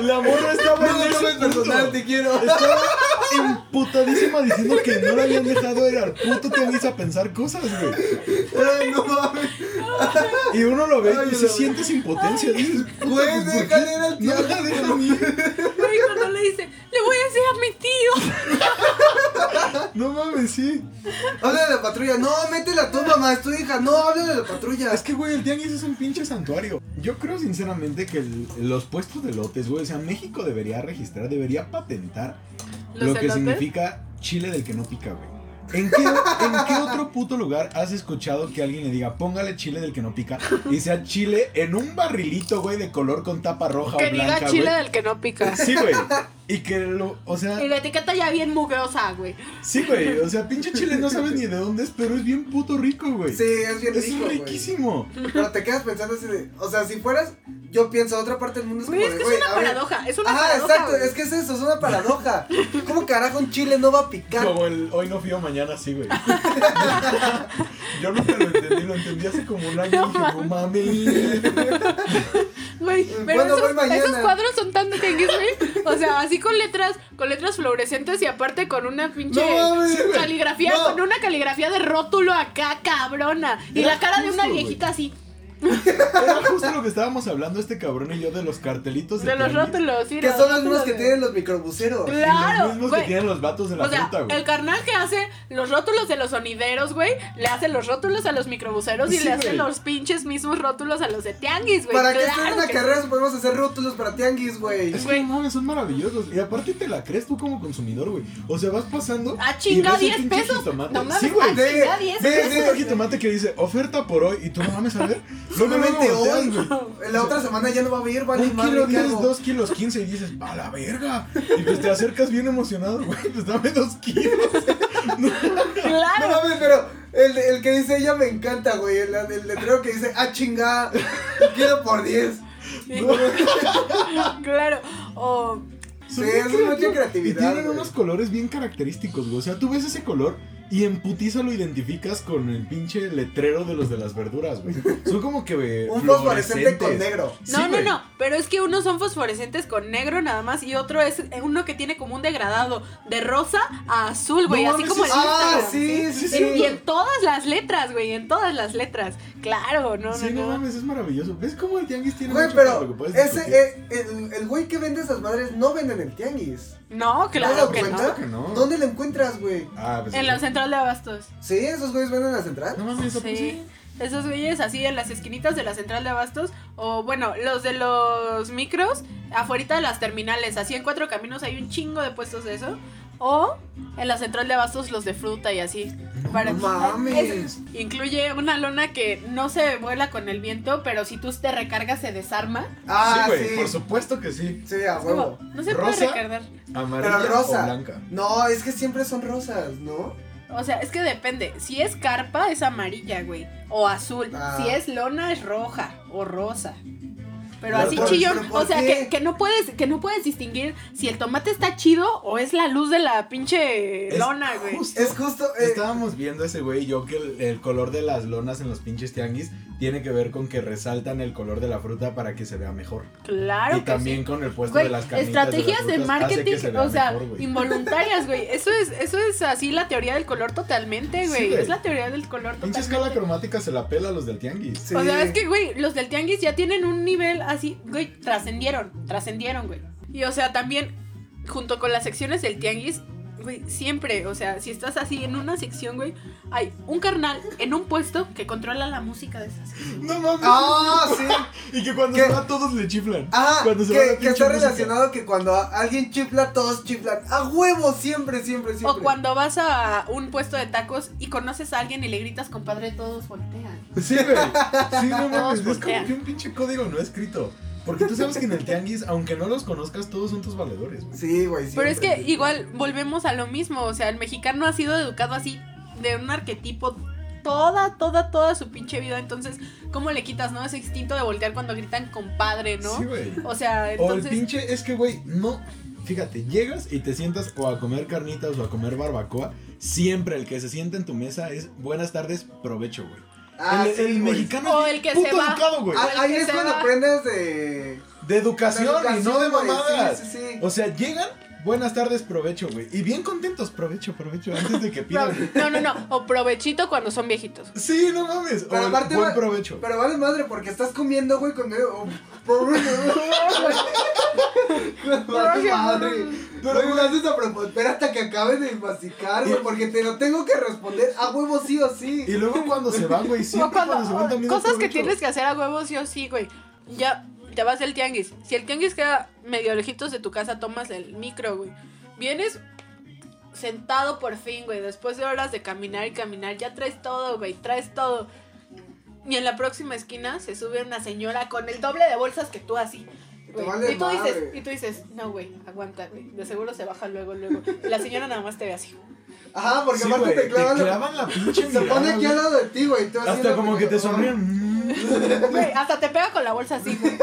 [SPEAKER 1] la morra estaba
[SPEAKER 3] No
[SPEAKER 1] en
[SPEAKER 3] lo
[SPEAKER 1] ese
[SPEAKER 3] tomes
[SPEAKER 1] punto.
[SPEAKER 3] personal, te quiero.
[SPEAKER 1] Estaba emputadísima diciendo que no la habían dejado ir al puto tianguis a pensar cosas, güey.
[SPEAKER 3] Ay, no mames.
[SPEAKER 1] Y uno lo ve
[SPEAKER 3] Ay,
[SPEAKER 1] y
[SPEAKER 3] yo
[SPEAKER 1] se
[SPEAKER 3] la-
[SPEAKER 1] sientes impotencia. Dices, puta, pues,
[SPEAKER 3] Güey,
[SPEAKER 1] ¿por qué
[SPEAKER 3] déjale ir al
[SPEAKER 1] No la
[SPEAKER 3] tianguis,
[SPEAKER 1] dejan ir.
[SPEAKER 2] Güey, cuando le dice, le voy a decir a mi tío.
[SPEAKER 1] No mames, sí.
[SPEAKER 3] Habla de la patrulla. No, métela tú, mamá. Es tu hija. No, habla de la patrulla.
[SPEAKER 1] Es que, güey, el tianguis es un pinche santuario. Yo creo sinceramente que el- los puestos de lotes, güey, o sea, México debería registrar, debería patentar lo que
[SPEAKER 2] elotes.
[SPEAKER 1] significa chile del que no pica, güey. ¿En qué, en qué otro puto lugar has escuchado que alguien le diga, póngale chile del que no pica y sea chile en un barrilito, güey, de color con tapa roja
[SPEAKER 2] Que
[SPEAKER 1] o blanca,
[SPEAKER 2] diga chile
[SPEAKER 1] güey?
[SPEAKER 2] del que no pica.
[SPEAKER 1] Sí, güey. Y que lo, o sea,
[SPEAKER 2] Y la etiqueta ya bien mugrosa, güey.
[SPEAKER 1] sí, güey. O sea, pinche chile no sabes ni de dónde es, pero es bien puto rico, güey.
[SPEAKER 3] Sí, es bien
[SPEAKER 1] es
[SPEAKER 3] rico, güey.
[SPEAKER 1] riquísimo.
[SPEAKER 3] Pero te quedas pensando así de. O sea, si fueras. Yo pienso, otra parte del mundo es como
[SPEAKER 2] Güey, es que
[SPEAKER 3] de,
[SPEAKER 2] es
[SPEAKER 3] güey.
[SPEAKER 2] una
[SPEAKER 3] a ver.
[SPEAKER 2] paradoja. Es una
[SPEAKER 3] Ajá,
[SPEAKER 2] paradoja.
[SPEAKER 3] exacto.
[SPEAKER 2] güey.
[SPEAKER 3] Es que es eso, es una paradoja. ¿Cómo carajo un chile no va a picar?
[SPEAKER 1] Como el hoy no fío, mañana sí, güey. Yo nunca lo entendí, lo entendí hace como un año y dije, no mames.
[SPEAKER 2] Güey,
[SPEAKER 3] Mm,
[SPEAKER 2] pero
[SPEAKER 3] bueno, voy
[SPEAKER 2] esos,
[SPEAKER 3] mañana.
[SPEAKER 2] esos cuadros son tan de tianguis, güey. O sea, así con letras, con letras fluorescentes y aparte con una pinche
[SPEAKER 3] No mames, güey.
[SPEAKER 2] caligrafía,
[SPEAKER 3] No.
[SPEAKER 2] con una caligrafía de rótulo acá, cabrona. Y
[SPEAKER 1] Era
[SPEAKER 2] la cara de
[SPEAKER 1] justo,
[SPEAKER 2] una
[SPEAKER 1] güey.
[SPEAKER 2] viejita así,
[SPEAKER 1] Era justo lo que estábamos hablando este cabrón y yo de los cartelitos.
[SPEAKER 2] de los
[SPEAKER 1] tianguis.
[SPEAKER 2] rótulos, sí,
[SPEAKER 3] Que
[SPEAKER 2] los
[SPEAKER 3] son los mismos
[SPEAKER 2] rótulos
[SPEAKER 3] que
[SPEAKER 2] de-
[SPEAKER 3] tienen los microbuseros.
[SPEAKER 1] Y los
[SPEAKER 2] Claro,
[SPEAKER 1] mismos que
[SPEAKER 2] güey.
[SPEAKER 1] tienen los vatos de la
[SPEAKER 2] O sea,
[SPEAKER 1] fruta, güey.
[SPEAKER 2] el carnal que hace los rótulos de los sonideros, güey, le hace los rótulos a los microbuseros y
[SPEAKER 1] Sí,
[SPEAKER 2] le hace
[SPEAKER 1] güey.
[SPEAKER 2] los pinches mismos rótulos a los de tianguis, güey.
[SPEAKER 3] Para que
[SPEAKER 2] claro
[SPEAKER 3] estén en la
[SPEAKER 2] que-
[SPEAKER 3] carrera podemos hacer rótulos para tianguis, güey.
[SPEAKER 1] Es que
[SPEAKER 2] güey.
[SPEAKER 1] no mames, son maravillosos. Y aparte te la crees tú como consumidor, güey. O sea, vas pasando.
[SPEAKER 2] Ah, chinga,
[SPEAKER 1] y ves el
[SPEAKER 2] 10
[SPEAKER 1] pinche
[SPEAKER 2] pesos.
[SPEAKER 1] jitomate.
[SPEAKER 2] No mames,
[SPEAKER 1] sí, güey.
[SPEAKER 2] ah,
[SPEAKER 1] Ve,
[SPEAKER 2] chinga, 10
[SPEAKER 1] ve,
[SPEAKER 2] pesos.
[SPEAKER 1] ve el jitomate que dice oferta por hoy. Y tú no mames, a ver. No me
[SPEAKER 3] Solamente
[SPEAKER 1] volteas,
[SPEAKER 3] hoy.
[SPEAKER 1] güey.
[SPEAKER 3] En La otra semana ya no va a haber, vale,
[SPEAKER 1] Un kilo
[SPEAKER 3] madre, ¿qué
[SPEAKER 1] 10,
[SPEAKER 3] hago?
[SPEAKER 1] 2 kilos 15 y dices, ¡a la verga! Y pues te acercas bien emocionado, güey, pues dame 2 kilos.
[SPEAKER 3] No
[SPEAKER 2] Claro.
[SPEAKER 3] mames, pero el, el que dice ella me encanta, güey. El, el letrero que dice, ah, chinga, quiero por 10.
[SPEAKER 2] Sí. Claro. O
[SPEAKER 1] Son
[SPEAKER 3] Sí,
[SPEAKER 1] bien
[SPEAKER 3] es mucha
[SPEAKER 1] creativos.
[SPEAKER 3] creatividad,
[SPEAKER 1] Y tienen
[SPEAKER 3] güey.
[SPEAKER 1] unos colores bien característicos, güey. O sea, tú ves ese color y en putiza lo identificas con el pinche letrero de los de las verduras, güey. Son como que. güey,
[SPEAKER 3] Un fosforescente con
[SPEAKER 1] fluorescentes.
[SPEAKER 3] negro.
[SPEAKER 1] Sí,
[SPEAKER 2] No, no,
[SPEAKER 1] güey.
[SPEAKER 2] no, pero es que unos son fosforescentes con negro nada más y otro es uno que tiene como un degradado de rosa a azul, güey,
[SPEAKER 1] No
[SPEAKER 2] así
[SPEAKER 1] mames,
[SPEAKER 2] como el
[SPEAKER 1] sí,
[SPEAKER 3] Ah,
[SPEAKER 2] Instagram,
[SPEAKER 3] sí, sí,
[SPEAKER 2] Y-
[SPEAKER 3] sí.
[SPEAKER 2] Y en todas las letras, güey, en todas las letras. Claro, no,
[SPEAKER 1] Sí, no
[SPEAKER 2] no, no.
[SPEAKER 1] mames, es maravilloso. ¿Ves cómo el tianguis tiene
[SPEAKER 3] Güey,
[SPEAKER 1] mucho para lo que
[SPEAKER 3] pero
[SPEAKER 1] puedes
[SPEAKER 3] ese,
[SPEAKER 1] discutir?
[SPEAKER 3] eh, el, el güey que vende esas madres no vende en el tianguis.
[SPEAKER 2] No,
[SPEAKER 3] ¿Te has
[SPEAKER 2] claro
[SPEAKER 3] dado
[SPEAKER 2] que
[SPEAKER 3] cuenta?
[SPEAKER 2] no.
[SPEAKER 1] que no.
[SPEAKER 3] ¿Dónde lo encuentras, güey?
[SPEAKER 1] Ah, pues.
[SPEAKER 2] En la central de abastos.
[SPEAKER 3] Sí, esos güeyes venden en la central.
[SPEAKER 1] No mames, ¿a poco
[SPEAKER 2] Sí. Esos güeyes así en las esquinitas de la central de abastos o bueno, los de los micros afuera de las terminales, así en cuatro caminos hay un chingo de puestos de eso o en la central de abastos los de fruta y así. Para
[SPEAKER 3] No mames.
[SPEAKER 2] Incluye una lona que no se vuela con el viento, pero si tú te recargas se desarma.
[SPEAKER 1] Sí,
[SPEAKER 3] Ah,
[SPEAKER 1] güey,
[SPEAKER 3] sí.
[SPEAKER 1] por supuesto que sí.
[SPEAKER 3] Sí, a
[SPEAKER 2] Es como,
[SPEAKER 3] huevo.
[SPEAKER 2] no se
[SPEAKER 1] Rosa.
[SPEAKER 2] puede recargar.
[SPEAKER 1] Amarilla
[SPEAKER 3] Pero rosa.
[SPEAKER 1] o blanca.
[SPEAKER 3] No, es que siempre son rosas, ¿no?
[SPEAKER 2] O sea, es que depende. Si es carpa es amarilla, güey, o azul.
[SPEAKER 3] Ah.
[SPEAKER 2] Si es lona es roja o rosa.
[SPEAKER 1] Pero
[SPEAKER 2] Pero así
[SPEAKER 1] por-
[SPEAKER 2] chillón.
[SPEAKER 3] pero ¿por
[SPEAKER 2] O sea,
[SPEAKER 3] qué?
[SPEAKER 2] que, que no puedes, que no puedes distinguir si el tomate está chido o es la luz de la pinche
[SPEAKER 1] Es
[SPEAKER 2] lona, güey.
[SPEAKER 1] justo-
[SPEAKER 3] Es justo. eh,
[SPEAKER 1] Estábamos viendo ese güey y yo que el, el color de las lonas en los pinches tianguis tiene que ver con que resaltan el color de la fruta para que se vea mejor.
[SPEAKER 2] Claro
[SPEAKER 1] y
[SPEAKER 2] que Ah, sí.
[SPEAKER 1] también con el puesto
[SPEAKER 2] Güey,
[SPEAKER 1] de las carnitas las
[SPEAKER 2] estrategias de,
[SPEAKER 1] frutas hace que
[SPEAKER 2] marketing,
[SPEAKER 1] se vea
[SPEAKER 2] o sea,
[SPEAKER 1] mejor, güey.
[SPEAKER 2] involuntarias, güey. Eso es, eso es así la teoría del color totalmente,
[SPEAKER 1] Sí,
[SPEAKER 2] güey.
[SPEAKER 1] güey.
[SPEAKER 2] es la teoría del color
[SPEAKER 1] Pinche
[SPEAKER 2] totalmente.
[SPEAKER 1] escala cromática se la pela a los del tianguis.
[SPEAKER 3] sí.
[SPEAKER 2] O sea, es que, güey, los del tianguis ya tienen un nivel así, güey, trascendieron, trascendieron, güey. Y, o sea, también, junto con las secciones del tianguis, güey, siempre, o sea, si estás así en una sección, güey, hay un carnal en un puesto que controla la música de esas.
[SPEAKER 1] No mames.
[SPEAKER 3] Ah, sí.
[SPEAKER 1] Y que cuando
[SPEAKER 3] ¿Qué?
[SPEAKER 1] se va todos le chiflan.
[SPEAKER 3] Ah,
[SPEAKER 1] Cuando se va la
[SPEAKER 3] que, que
[SPEAKER 1] pinche
[SPEAKER 3] está
[SPEAKER 1] música.
[SPEAKER 3] relacionado que cuando a- alguien chifla, todos chiflan. A huevo, siempre, siempre,
[SPEAKER 2] O
[SPEAKER 3] siempre.
[SPEAKER 2] cuando vas a un puesto de tacos y conoces a alguien y le gritas, compadre, todos voltean.
[SPEAKER 1] Sí, güey. Sí,
[SPEAKER 3] Ah,
[SPEAKER 1] no
[SPEAKER 2] Todos
[SPEAKER 1] mames. Es como
[SPEAKER 2] voltean.
[SPEAKER 1] que un pinche código no escrito. Porque tú sabes que en el tianguis, aunque no los conozcas, todos son tus valedores, güey.
[SPEAKER 3] Sí, güey,
[SPEAKER 2] Pero es
[SPEAKER 3] siempre.
[SPEAKER 2] que igual volvemos a lo mismo, o sea, el mexicano ha sido educado así de un arquetipo toda, toda, toda su pinche vida, entonces, ¿cómo le quitas, no? Ese instinto de voltear cuando gritan compadre, ¿no?
[SPEAKER 1] Sí, güey.
[SPEAKER 2] O sea,
[SPEAKER 1] O el
[SPEAKER 2] entonces...
[SPEAKER 1] pinche es que, güey, no. Fíjate, llegas y te sientas o a comer carnitas o a comer barbacoa. Siempre el que se sienta en tu mesa es buenas tardes, provecho, güey.
[SPEAKER 3] Ah,
[SPEAKER 1] el,
[SPEAKER 3] sí,
[SPEAKER 1] el
[SPEAKER 3] güey.
[SPEAKER 1] mexicano
[SPEAKER 2] O
[SPEAKER 1] es
[SPEAKER 2] el que
[SPEAKER 1] puto
[SPEAKER 2] se va.
[SPEAKER 1] educado, güey.
[SPEAKER 3] Ah,
[SPEAKER 2] el
[SPEAKER 3] Ahí
[SPEAKER 2] que
[SPEAKER 3] es
[SPEAKER 2] se
[SPEAKER 3] cuando
[SPEAKER 2] va.
[SPEAKER 3] aprendes de.
[SPEAKER 1] De educación, y no de
[SPEAKER 3] güey,
[SPEAKER 1] mamadas.
[SPEAKER 3] Sí, sí, sí.
[SPEAKER 1] O sea, llegan, buenas tardes, provecho, güey. Y bien contentos, provecho, provecho, antes de que pidan.
[SPEAKER 2] No, no, no, o provechito cuando son viejitos.
[SPEAKER 1] Sí, no mames. O
[SPEAKER 3] Pero
[SPEAKER 1] el
[SPEAKER 3] aparte,
[SPEAKER 1] buen
[SPEAKER 3] güey,
[SPEAKER 1] provecho.
[SPEAKER 3] Pero vale madre porque estás comiendo, güey, con medio. vale madre.
[SPEAKER 1] Pero,
[SPEAKER 3] Pero
[SPEAKER 1] güey.
[SPEAKER 3] me haces a propósito. Espera hasta que acabes de masticar, güey, porque te lo tengo que responder a huevo sí o sí.
[SPEAKER 1] Y luego cuando se van, güey,
[SPEAKER 2] O
[SPEAKER 1] siempre cuando,
[SPEAKER 2] cuando-
[SPEAKER 1] se van también. es
[SPEAKER 2] cosas que
[SPEAKER 1] provecho.
[SPEAKER 2] tienes que hacer a huevos sí o sí, güey. Ya te vas del tianguis. Si el tianguis queda medio lejitos de tu casa, tomas el micro, güey. Vienes sentado por fin, güey. Después de horas de caminar y caminar, ya traes todo, güey. Traes todo. Y en la próxima esquina se sube una señora con el doble de bolsas que tú así. güey.
[SPEAKER 3] vale
[SPEAKER 2] y tú dices,
[SPEAKER 3] madre.
[SPEAKER 2] y tú dices, no, güey, aguanta, güey. De seguro se baja luego, luego. Y la señora nada más te ve así.
[SPEAKER 3] Ajá, porque
[SPEAKER 1] Sí,
[SPEAKER 3] aparte
[SPEAKER 1] güey,
[SPEAKER 3] te clavan. la-
[SPEAKER 1] la pinche
[SPEAKER 3] Se
[SPEAKER 1] mirada,
[SPEAKER 3] pone aquí al
[SPEAKER 1] güey.
[SPEAKER 3] lado de ti, güey. tú así
[SPEAKER 1] Hasta
[SPEAKER 3] la-
[SPEAKER 1] como que te sonríen. Mm.
[SPEAKER 2] Güey, hasta te pega con la bolsa así, güey.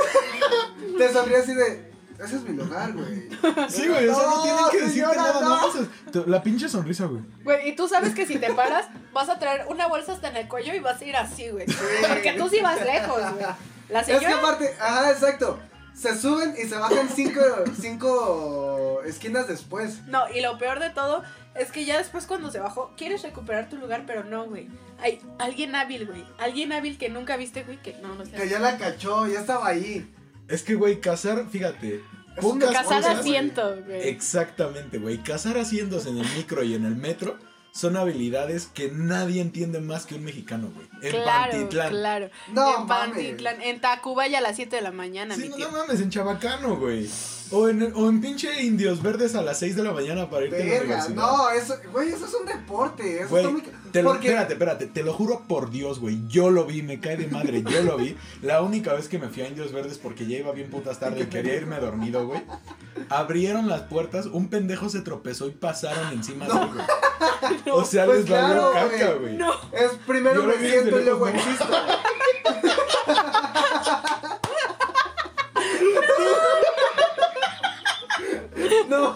[SPEAKER 3] Te sonríe así de. Ese es mi lugar, güey.
[SPEAKER 1] Sí, güey, o sea, no
[SPEAKER 3] No,
[SPEAKER 1] tienen que decirte
[SPEAKER 3] señora,
[SPEAKER 1] nada,
[SPEAKER 3] no.
[SPEAKER 1] no. más. Te- La pinche sonrisa, güey.
[SPEAKER 2] Güey, y tú sabes que si te paras, vas a traer una bolsa hasta en el cuello y vas a ir así, güey. Porque tú sí vas lejos, güey. La
[SPEAKER 3] Es que
[SPEAKER 2] señora.
[SPEAKER 3] aparte, ajá, exacto. Se suben y se bajan cinco, cinco esquinas después.
[SPEAKER 2] No, y lo peor de todo es que ya después cuando se bajó, quieres recuperar tu lugar, pero no, güey. Hay alguien hábil, güey. Alguien hábil que nunca viste, güey, que no, no sé.
[SPEAKER 3] Que ya la cachó, ya estaba ahí.
[SPEAKER 1] Es que, güey, cazar, fíjate.
[SPEAKER 3] Es
[SPEAKER 1] Pocas
[SPEAKER 2] Cazar
[SPEAKER 1] cosas-
[SPEAKER 2] asiento, güey.
[SPEAKER 1] Exactamente, güey. Cazar asientos en el micro y en el metro son habilidades que nadie entiende más que un mexicano, güey. En
[SPEAKER 2] Claro,
[SPEAKER 1] Pantitlán.
[SPEAKER 2] claro.
[SPEAKER 3] No,
[SPEAKER 2] en
[SPEAKER 3] mames.
[SPEAKER 2] Pantitlán, en Tacubaya a las 7 de la mañana,
[SPEAKER 1] Sí,
[SPEAKER 2] mi
[SPEAKER 1] no,
[SPEAKER 2] tío.
[SPEAKER 1] no mames, en Chabacano, güey. O en, o en pinche Indios Verdes a las 6 de la mañana para irte a la
[SPEAKER 3] Verga,
[SPEAKER 1] universidad.
[SPEAKER 3] no, eso, güey, eso es un deporte. Eso
[SPEAKER 1] Güey,
[SPEAKER 3] está muy ca-
[SPEAKER 1] te lo-
[SPEAKER 3] porque-
[SPEAKER 1] espérate, espérate, te lo juro por Dios, güey. Yo lo vi, me cae de madre, yo lo vi. La única vez que me fui a Indios Verdes porque ya iba bien putas tarde y quería irme dormido, güey. Abrieron las puertas, un pendejo se tropezó y pasaron encima de él, güey. O sea,
[SPEAKER 3] Pues
[SPEAKER 1] les valió
[SPEAKER 3] claro,
[SPEAKER 1] caca,
[SPEAKER 3] güey.
[SPEAKER 1] güey.
[SPEAKER 3] Es primero
[SPEAKER 1] Yo lo
[SPEAKER 3] me
[SPEAKER 1] vi desde
[SPEAKER 3] siento y
[SPEAKER 1] lejos,
[SPEAKER 3] luego
[SPEAKER 1] ¿no?
[SPEAKER 3] existo. No,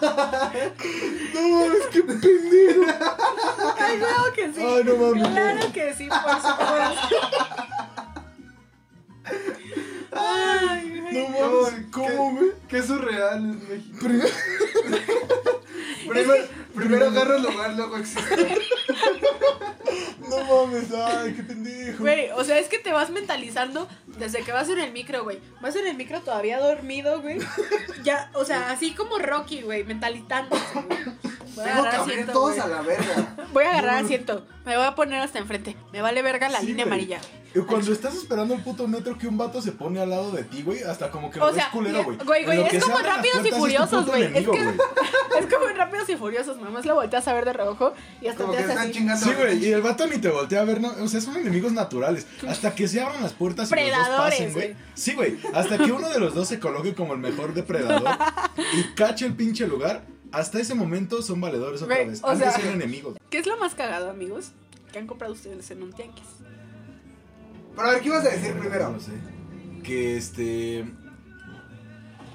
[SPEAKER 1] No mames, qué pendejo.
[SPEAKER 2] Ay, claro que sí.
[SPEAKER 1] Ay, no mames.
[SPEAKER 2] Claro que sí, por supuesto. Ay, güey.
[SPEAKER 1] No mames,
[SPEAKER 3] Ay,
[SPEAKER 1] ¿cómo,
[SPEAKER 3] qué-
[SPEAKER 1] güey?
[SPEAKER 3] qué surreal es México.
[SPEAKER 1] Pero-
[SPEAKER 3] Primero, primero agarro el lugar, luego existo.
[SPEAKER 1] No mames, ay, qué pendejo.
[SPEAKER 2] Güey, o sea, es que te vas mentalizando desde que vas en el micro, güey. Vas en el micro todavía dormido, güey. Ya, o sea, así como Rocky, güey, mentalizándose, güey. Voy a
[SPEAKER 3] Tengo que
[SPEAKER 2] agarrar
[SPEAKER 3] abrir
[SPEAKER 2] asiento.
[SPEAKER 3] todos
[SPEAKER 2] güey.
[SPEAKER 3] a la verga.
[SPEAKER 2] Voy a agarrar
[SPEAKER 1] No.
[SPEAKER 2] asiento. Me voy a poner hasta enfrente. Me vale verga la
[SPEAKER 1] Sí,
[SPEAKER 2] línea
[SPEAKER 1] güey.
[SPEAKER 2] amarilla.
[SPEAKER 1] Y Cuando estás esperando el puto metro que un vato se pone al lado de ti, güey, hasta como que lo
[SPEAKER 2] O
[SPEAKER 1] ves
[SPEAKER 2] sea,
[SPEAKER 1] culero,
[SPEAKER 2] mira,
[SPEAKER 1] güey.
[SPEAKER 2] güey,
[SPEAKER 1] En
[SPEAKER 2] güey,
[SPEAKER 1] lo
[SPEAKER 2] es
[SPEAKER 1] que se
[SPEAKER 2] como
[SPEAKER 1] abren las
[SPEAKER 2] Rápidos y
[SPEAKER 1] puertas, es tu
[SPEAKER 2] Furiosos,
[SPEAKER 1] puto
[SPEAKER 2] güey. Es
[SPEAKER 1] enemigo,
[SPEAKER 2] que- Es como en Rápidos y Furiosos, nomás la volteas a ver de reojo y hasta
[SPEAKER 3] Como
[SPEAKER 2] te
[SPEAKER 3] que
[SPEAKER 2] haces
[SPEAKER 3] están
[SPEAKER 2] así.
[SPEAKER 3] chingando.
[SPEAKER 1] Sí, güey, y el vato ni te voltea a ver, no, o sea, son enemigos naturales. Hasta que se abran las puertas y los dos
[SPEAKER 2] Predadores,
[SPEAKER 1] pasen, güey.
[SPEAKER 2] güey.
[SPEAKER 1] Sí, güey, hasta que uno de los dos se coloque como el mejor depredador y cache el pinche lugar, hasta ese momento son valedores otra
[SPEAKER 2] Güey,
[SPEAKER 1] vez.
[SPEAKER 2] o
[SPEAKER 1] Antes
[SPEAKER 2] sea-
[SPEAKER 1] eran enemigos.
[SPEAKER 2] ¿Qué es lo más cagado, amigos? Que han comprado ustedes en un tianguis.
[SPEAKER 3] Pero a ver, ¿qué ibas a decir primero?
[SPEAKER 1] No sé. Que este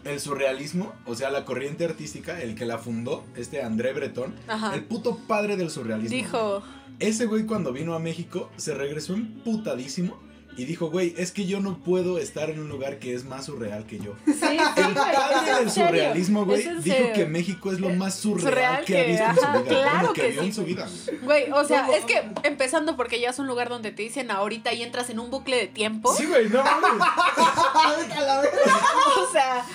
[SPEAKER 1] el surrealismo, o sea, la corriente artística, el que la fundó, este André Breton,
[SPEAKER 2] Ajá.
[SPEAKER 1] el puto padre del surrealismo.
[SPEAKER 2] Dijo,
[SPEAKER 1] Ese güey cuando vino a México se regresó emputadísimo y dijo, güey, es que yo no puedo estar en un lugar que es más surreal que yo.
[SPEAKER 2] sí, sí,
[SPEAKER 1] El
[SPEAKER 2] güey, es
[SPEAKER 1] padre
[SPEAKER 2] en
[SPEAKER 1] del
[SPEAKER 2] serio,
[SPEAKER 1] surrealismo, güey,
[SPEAKER 2] es en
[SPEAKER 1] dijo
[SPEAKER 2] serio.
[SPEAKER 1] que México es lo más surreal,
[SPEAKER 2] Surreal
[SPEAKER 1] que ha
[SPEAKER 2] que-
[SPEAKER 1] visto
[SPEAKER 2] ajá,
[SPEAKER 1] en su vida.
[SPEAKER 2] claro
[SPEAKER 1] bueno, que,
[SPEAKER 2] que
[SPEAKER 1] vio
[SPEAKER 2] sí.
[SPEAKER 1] en su vida. güey.
[SPEAKER 2] Güey, o sea,
[SPEAKER 5] No,
[SPEAKER 2] es que empezando porque ya es un lugar donde te dicen ahorita y entras en un bucle de tiempo.
[SPEAKER 1] Sí, güey, no mames.
[SPEAKER 2] O sea,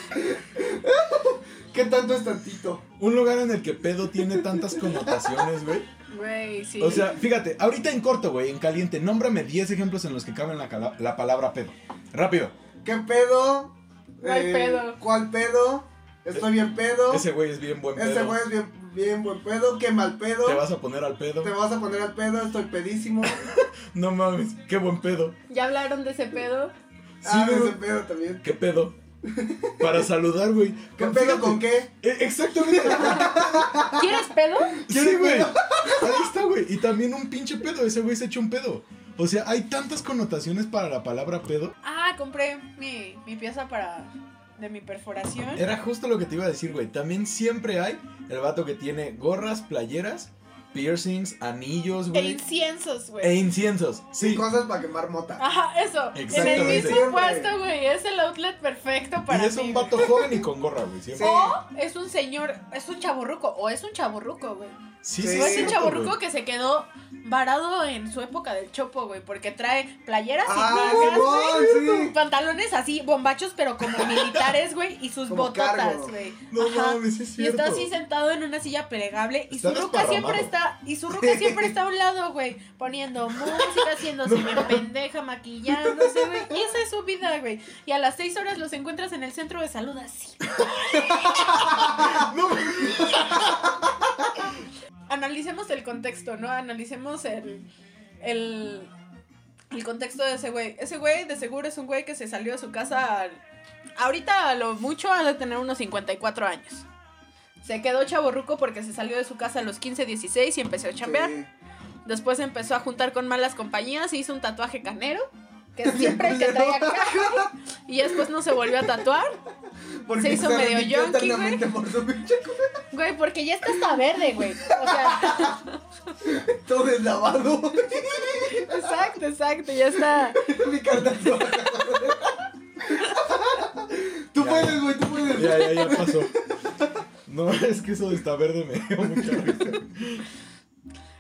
[SPEAKER 3] ¿Qué tanto es tantito?
[SPEAKER 1] Un lugar en el que pedo tiene tantas connotaciones, güey.
[SPEAKER 2] güey, sí.
[SPEAKER 1] O sea, fíjate, ahorita en corto, güey, en caliente, nómbrame 10 ejemplos en los que caben la, cala- la palabra pedo. Rápido.
[SPEAKER 3] ¿Qué pedo? Eh,
[SPEAKER 2] ¿Cuál pedo?
[SPEAKER 3] ¿Cuál pedo? Estoy bien pedo.
[SPEAKER 1] Ese güey es bien buen pedo.
[SPEAKER 3] Este güey es bien, bien buen pedo. ¿Qué mal pedo?
[SPEAKER 1] Te vas a poner al pedo.
[SPEAKER 3] Te vas a poner al pedo. Estoy pedísimo.
[SPEAKER 1] No mames, qué buen pedo.
[SPEAKER 2] ya hablaron de ese pedo.
[SPEAKER 1] Sí,
[SPEAKER 3] ah,
[SPEAKER 1] güey.
[SPEAKER 3] ese pedo también.
[SPEAKER 1] ¿Qué pedo? Para saludar, güey.
[SPEAKER 3] ¿Qué
[SPEAKER 1] Fíjate,
[SPEAKER 3] pedo con qué?
[SPEAKER 1] eh, Exactamente.
[SPEAKER 2] ¿Quieres pedo?
[SPEAKER 1] Sí, güey. Ahí está, güey. Y también un pinche pedo. Ese güey se echa un pedo. O sea, hay tantas connotaciones para la palabra pedo.
[SPEAKER 2] Ah, compré mi, mi pieza para de mi perforación.
[SPEAKER 1] Era justo lo que te iba a decir, güey. También siempre hay el vato que tiene gorras, playeras, piercings, anillos,
[SPEAKER 2] E
[SPEAKER 1] güey.
[SPEAKER 2] inciensos,
[SPEAKER 1] E
[SPEAKER 2] güey.
[SPEAKER 1] inciensos. Sí.
[SPEAKER 3] Cosas para quemar mota.
[SPEAKER 2] Ajá, eso. En el
[SPEAKER 1] Exactamente.
[SPEAKER 2] mismo puesto, güey. Es el outlet perfecto para
[SPEAKER 1] Y es
[SPEAKER 2] mí,
[SPEAKER 1] un
[SPEAKER 2] güey.
[SPEAKER 1] vato joven y con gorra, güey. siempre.
[SPEAKER 2] O es un señor, es un chaburruco, o es un chaburruco, güey.
[SPEAKER 1] Sí,
[SPEAKER 3] Sí.
[SPEAKER 2] O es un
[SPEAKER 1] cierto,
[SPEAKER 2] chaburruco
[SPEAKER 1] güey.
[SPEAKER 2] que se quedó varado en su época del chopo, güey, porque trae playeras
[SPEAKER 3] Ah,
[SPEAKER 2] y nalgas,
[SPEAKER 3] Simón,
[SPEAKER 2] güey,
[SPEAKER 3] sí.
[SPEAKER 2] pantalones así, bombachos, pero como militares, güey, y sus
[SPEAKER 3] Como
[SPEAKER 2] bototas,
[SPEAKER 3] cargo.
[SPEAKER 2] güey.
[SPEAKER 1] No
[SPEAKER 2] Ajá.
[SPEAKER 1] mames, es
[SPEAKER 2] Y
[SPEAKER 1] cierto.
[SPEAKER 2] está así sentado en una silla plegable y
[SPEAKER 1] Está
[SPEAKER 2] su ruca siempre
[SPEAKER 1] desparramado.
[SPEAKER 2] está y su ruca siempre está a un lado, güey, poniendo música, haciéndose bien pendeja, maquillándose, güey. Y esa es su vida, güey. Y a las seis horas los encuentras en el centro de salud así.
[SPEAKER 3] Ah,
[SPEAKER 1] No, güey.
[SPEAKER 2] analicemos el contexto, ¿no? Analicemos el, el, el contexto de ese güey. Ese güey de seguro es un güey que se salió de su casa al- ahorita a lo mucho ha de tener unos 54 años. Se quedó chaborruco porque se salió de su casa a los 15, 16 y empezó a chambear.
[SPEAKER 3] Sí.
[SPEAKER 2] Después empezó a juntar con malas compañías, se hizo un tatuaje canero, que es siempre el que trae acá. Y después no se volvió a tatuar.
[SPEAKER 3] Porque
[SPEAKER 2] Se hizo
[SPEAKER 3] se
[SPEAKER 2] medio
[SPEAKER 3] arrepintió
[SPEAKER 2] yonki, güey.
[SPEAKER 3] eternamente por su pinche
[SPEAKER 2] Güey, porque ya está hasta verde, güey. O sea,
[SPEAKER 3] todo deslavado.
[SPEAKER 2] exacto, exacto, ya está.
[SPEAKER 3] Mi carnal. Tú
[SPEAKER 1] Ya.
[SPEAKER 3] puedes, güey, tú puedes.
[SPEAKER 1] Ya, ya, ya pasó. No, es que eso de está verde me dio mucha risa.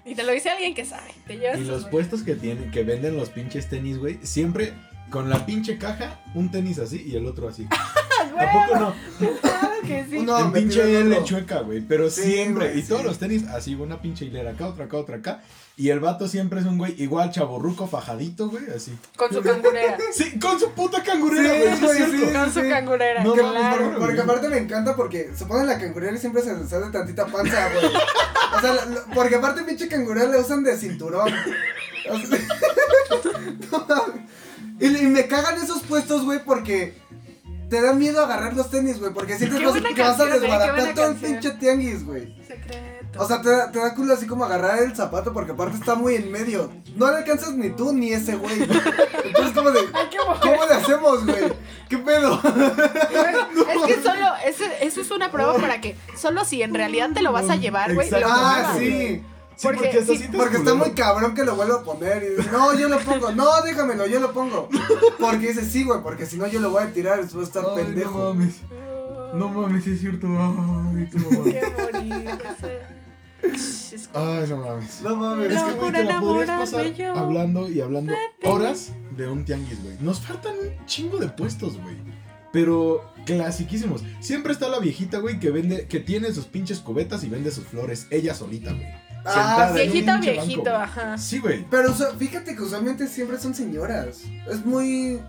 [SPEAKER 2] Y te lo dice alguien que sabe. Te llevas
[SPEAKER 1] Y los
[SPEAKER 2] tus-
[SPEAKER 1] puestos que tienen, que venden los pinches tenis, güey, siempre con la pinche caja, un tenis así y el otro así.
[SPEAKER 2] ¡Ah, güey!
[SPEAKER 1] Tampoco no.
[SPEAKER 2] Claro que sí.
[SPEAKER 3] Uno
[SPEAKER 1] en
[SPEAKER 3] metido
[SPEAKER 1] pinche
[SPEAKER 3] en
[SPEAKER 1] L
[SPEAKER 3] otro.
[SPEAKER 1] chueca, güey. Pero
[SPEAKER 3] Sí,
[SPEAKER 1] siempre.
[SPEAKER 3] güey,
[SPEAKER 1] y todos
[SPEAKER 3] sí.
[SPEAKER 1] los tenis así, una pinche hilera acá, otra acá, otra acá. Y el vato siempre es un güey igual chaborruco, fajadito, güey, así.
[SPEAKER 2] Con su cangurera.
[SPEAKER 1] Sí, con su puta cangurera, güey. Sí,
[SPEAKER 3] güey,
[SPEAKER 1] es cierto.
[SPEAKER 3] sí.
[SPEAKER 2] Con su cangurera.
[SPEAKER 1] No,
[SPEAKER 2] claro.
[SPEAKER 1] no, no,
[SPEAKER 3] Porque aparte me encanta porque se pone la cangurera y siempre se les sale tantita panza, güey. O sea, la- la- porque aparte pinche cangurera le usan de cinturón. O sea, no mames. y, y me cagan esos puestos, güey, porque te da miedo agarrar los tenis, güey. Porque sientes
[SPEAKER 2] Qué
[SPEAKER 3] vas-
[SPEAKER 2] buena
[SPEAKER 3] que vas a
[SPEAKER 2] canción, güey, qué
[SPEAKER 3] desbaratar
[SPEAKER 2] buena
[SPEAKER 3] todo el
[SPEAKER 2] canción.
[SPEAKER 3] pinche tianguis, güey.
[SPEAKER 2] Secreto.
[SPEAKER 3] O sea, te da, te da culo así como agarrar el zapato porque aparte está muy en medio. No le alcanzas ni tú ni ese güey. Entonces, como de,
[SPEAKER 2] Ay, qué mujer.
[SPEAKER 3] ¿cómo le hacemos, güey? ¿Qué pedo?
[SPEAKER 2] Es que solo, ese- eso es una prueba para que solo si en realidad te lo vas a llevar, güey. lo
[SPEAKER 3] Ah,
[SPEAKER 2] llevas,
[SPEAKER 1] Exactamente.
[SPEAKER 2] güey.
[SPEAKER 3] sí.
[SPEAKER 1] Sí, porque,
[SPEAKER 2] Porque-
[SPEAKER 1] hasta
[SPEAKER 2] sí,
[SPEAKER 1] sientes
[SPEAKER 3] Porque está
[SPEAKER 1] culero.
[SPEAKER 3] muy cabrón que lo vuelva a poner. Y dice, no, yo lo pongo. No, déjamelo, yo lo pongo. Porque dice, sí, güey, porque si no yo lo voy a tirar. Eso va a estar
[SPEAKER 1] Ay, No
[SPEAKER 3] pendejo.
[SPEAKER 1] mames. No mames, es cierto. Ay, tú no mames.
[SPEAKER 2] Qué bonito. ese- Es-
[SPEAKER 1] Ay, no mames.
[SPEAKER 3] No mames.
[SPEAKER 1] Es
[SPEAKER 2] No,
[SPEAKER 1] que, güey,
[SPEAKER 2] por
[SPEAKER 1] te la podrías
[SPEAKER 2] enamorarme
[SPEAKER 1] pasar
[SPEAKER 2] yo.
[SPEAKER 1] hablando y hablando horas de un tianguis, güey. Nos faltan un chingo de puestos, güey. Pero clasiquísimos. Siempre está la viejita, güey, que vende, que tiene sus pinches cubetas y vende sus flores. Ella solita, güey.
[SPEAKER 3] Ah,
[SPEAKER 1] Sentada en un
[SPEAKER 2] Viejito,
[SPEAKER 1] pinche banco,
[SPEAKER 2] viejito,
[SPEAKER 1] güey.
[SPEAKER 2] ajá.
[SPEAKER 1] Sí, güey.
[SPEAKER 3] Pero usa- fíjate que usualmente siempre son señoras. Es muy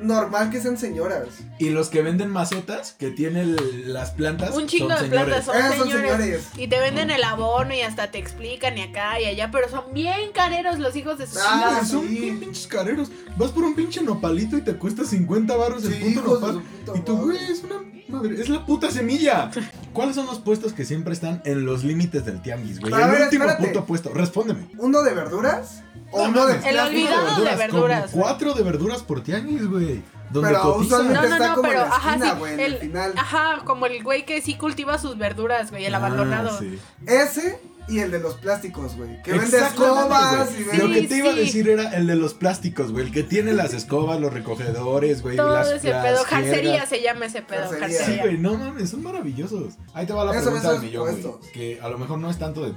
[SPEAKER 3] normal que sean señoras.
[SPEAKER 1] Y los que venden macetas, que tienen las plantas.
[SPEAKER 2] Un chingo
[SPEAKER 1] son
[SPEAKER 2] de
[SPEAKER 1] señores.
[SPEAKER 2] plantas son
[SPEAKER 3] Esas Eh, son
[SPEAKER 2] señores.
[SPEAKER 3] señores.
[SPEAKER 2] Y te venden el abono y hasta te explican y acá y allá, pero son bien careros los hijos de sus
[SPEAKER 3] Ah,
[SPEAKER 2] chingadas
[SPEAKER 1] Ah, son
[SPEAKER 3] sí.
[SPEAKER 1] bien pinches careros. Vas por un pinche nopalito y te cuesta 50 barros
[SPEAKER 3] Sí,
[SPEAKER 1] el punto
[SPEAKER 3] hijos de
[SPEAKER 1] nopal.
[SPEAKER 3] su puta
[SPEAKER 1] Y tú,
[SPEAKER 3] madre.
[SPEAKER 1] güey, es una madre, es la puta semilla. ¿Cuáles son los puestos que siempre están en los límites del tianguis, güey?
[SPEAKER 3] A
[SPEAKER 1] el
[SPEAKER 3] ver,
[SPEAKER 1] último
[SPEAKER 3] espérate.
[SPEAKER 1] puto puesto, respóndeme.
[SPEAKER 3] ¿Uno de verduras? ¿O
[SPEAKER 1] No
[SPEAKER 3] uno de
[SPEAKER 1] mames.
[SPEAKER 2] El
[SPEAKER 3] plástico?
[SPEAKER 2] olvidado de
[SPEAKER 1] como
[SPEAKER 2] verduras, güey.
[SPEAKER 1] cuatro de verduras por tianguis, güey. Donde
[SPEAKER 3] Pero
[SPEAKER 1] cotiza.
[SPEAKER 3] usualmente-
[SPEAKER 2] No, no,
[SPEAKER 3] está
[SPEAKER 2] no,
[SPEAKER 3] como en
[SPEAKER 2] pero
[SPEAKER 3] la
[SPEAKER 2] ajá,
[SPEAKER 3] esquina,
[SPEAKER 2] sí.
[SPEAKER 3] güey, en el
[SPEAKER 2] el, ah.
[SPEAKER 3] final.
[SPEAKER 2] Ajá, como el güey que sí cultiva sus verduras, güey, el
[SPEAKER 1] Ah,
[SPEAKER 2] abandonado.
[SPEAKER 1] sí.
[SPEAKER 3] Ese y el de los plásticos, güey. Que vende
[SPEAKER 1] Exactamente,
[SPEAKER 3] escobas
[SPEAKER 1] güey.
[SPEAKER 3] y
[SPEAKER 2] Sí,
[SPEAKER 1] Lo
[SPEAKER 3] vende.
[SPEAKER 1] que te iba a
[SPEAKER 2] sí.
[SPEAKER 1] decir era el de los plásticos, güey. El que tiene las escobas, los recogedores, güey.
[SPEAKER 2] Todo
[SPEAKER 1] las,
[SPEAKER 2] ese
[SPEAKER 1] las
[SPEAKER 2] pedo.
[SPEAKER 1] jergas.
[SPEAKER 2] Jarcería se llama ese pedo.
[SPEAKER 3] Jarcería.
[SPEAKER 1] Sí,
[SPEAKER 2] Jarcería.
[SPEAKER 1] güey, no mames, son maravillosos. Ahí te va la
[SPEAKER 3] Eso,
[SPEAKER 1] pregunta
[SPEAKER 3] eso
[SPEAKER 1] del
[SPEAKER 3] es
[SPEAKER 1] millón, güey,
[SPEAKER 3] puesto.
[SPEAKER 1] Que a lo mejor no es tanto de.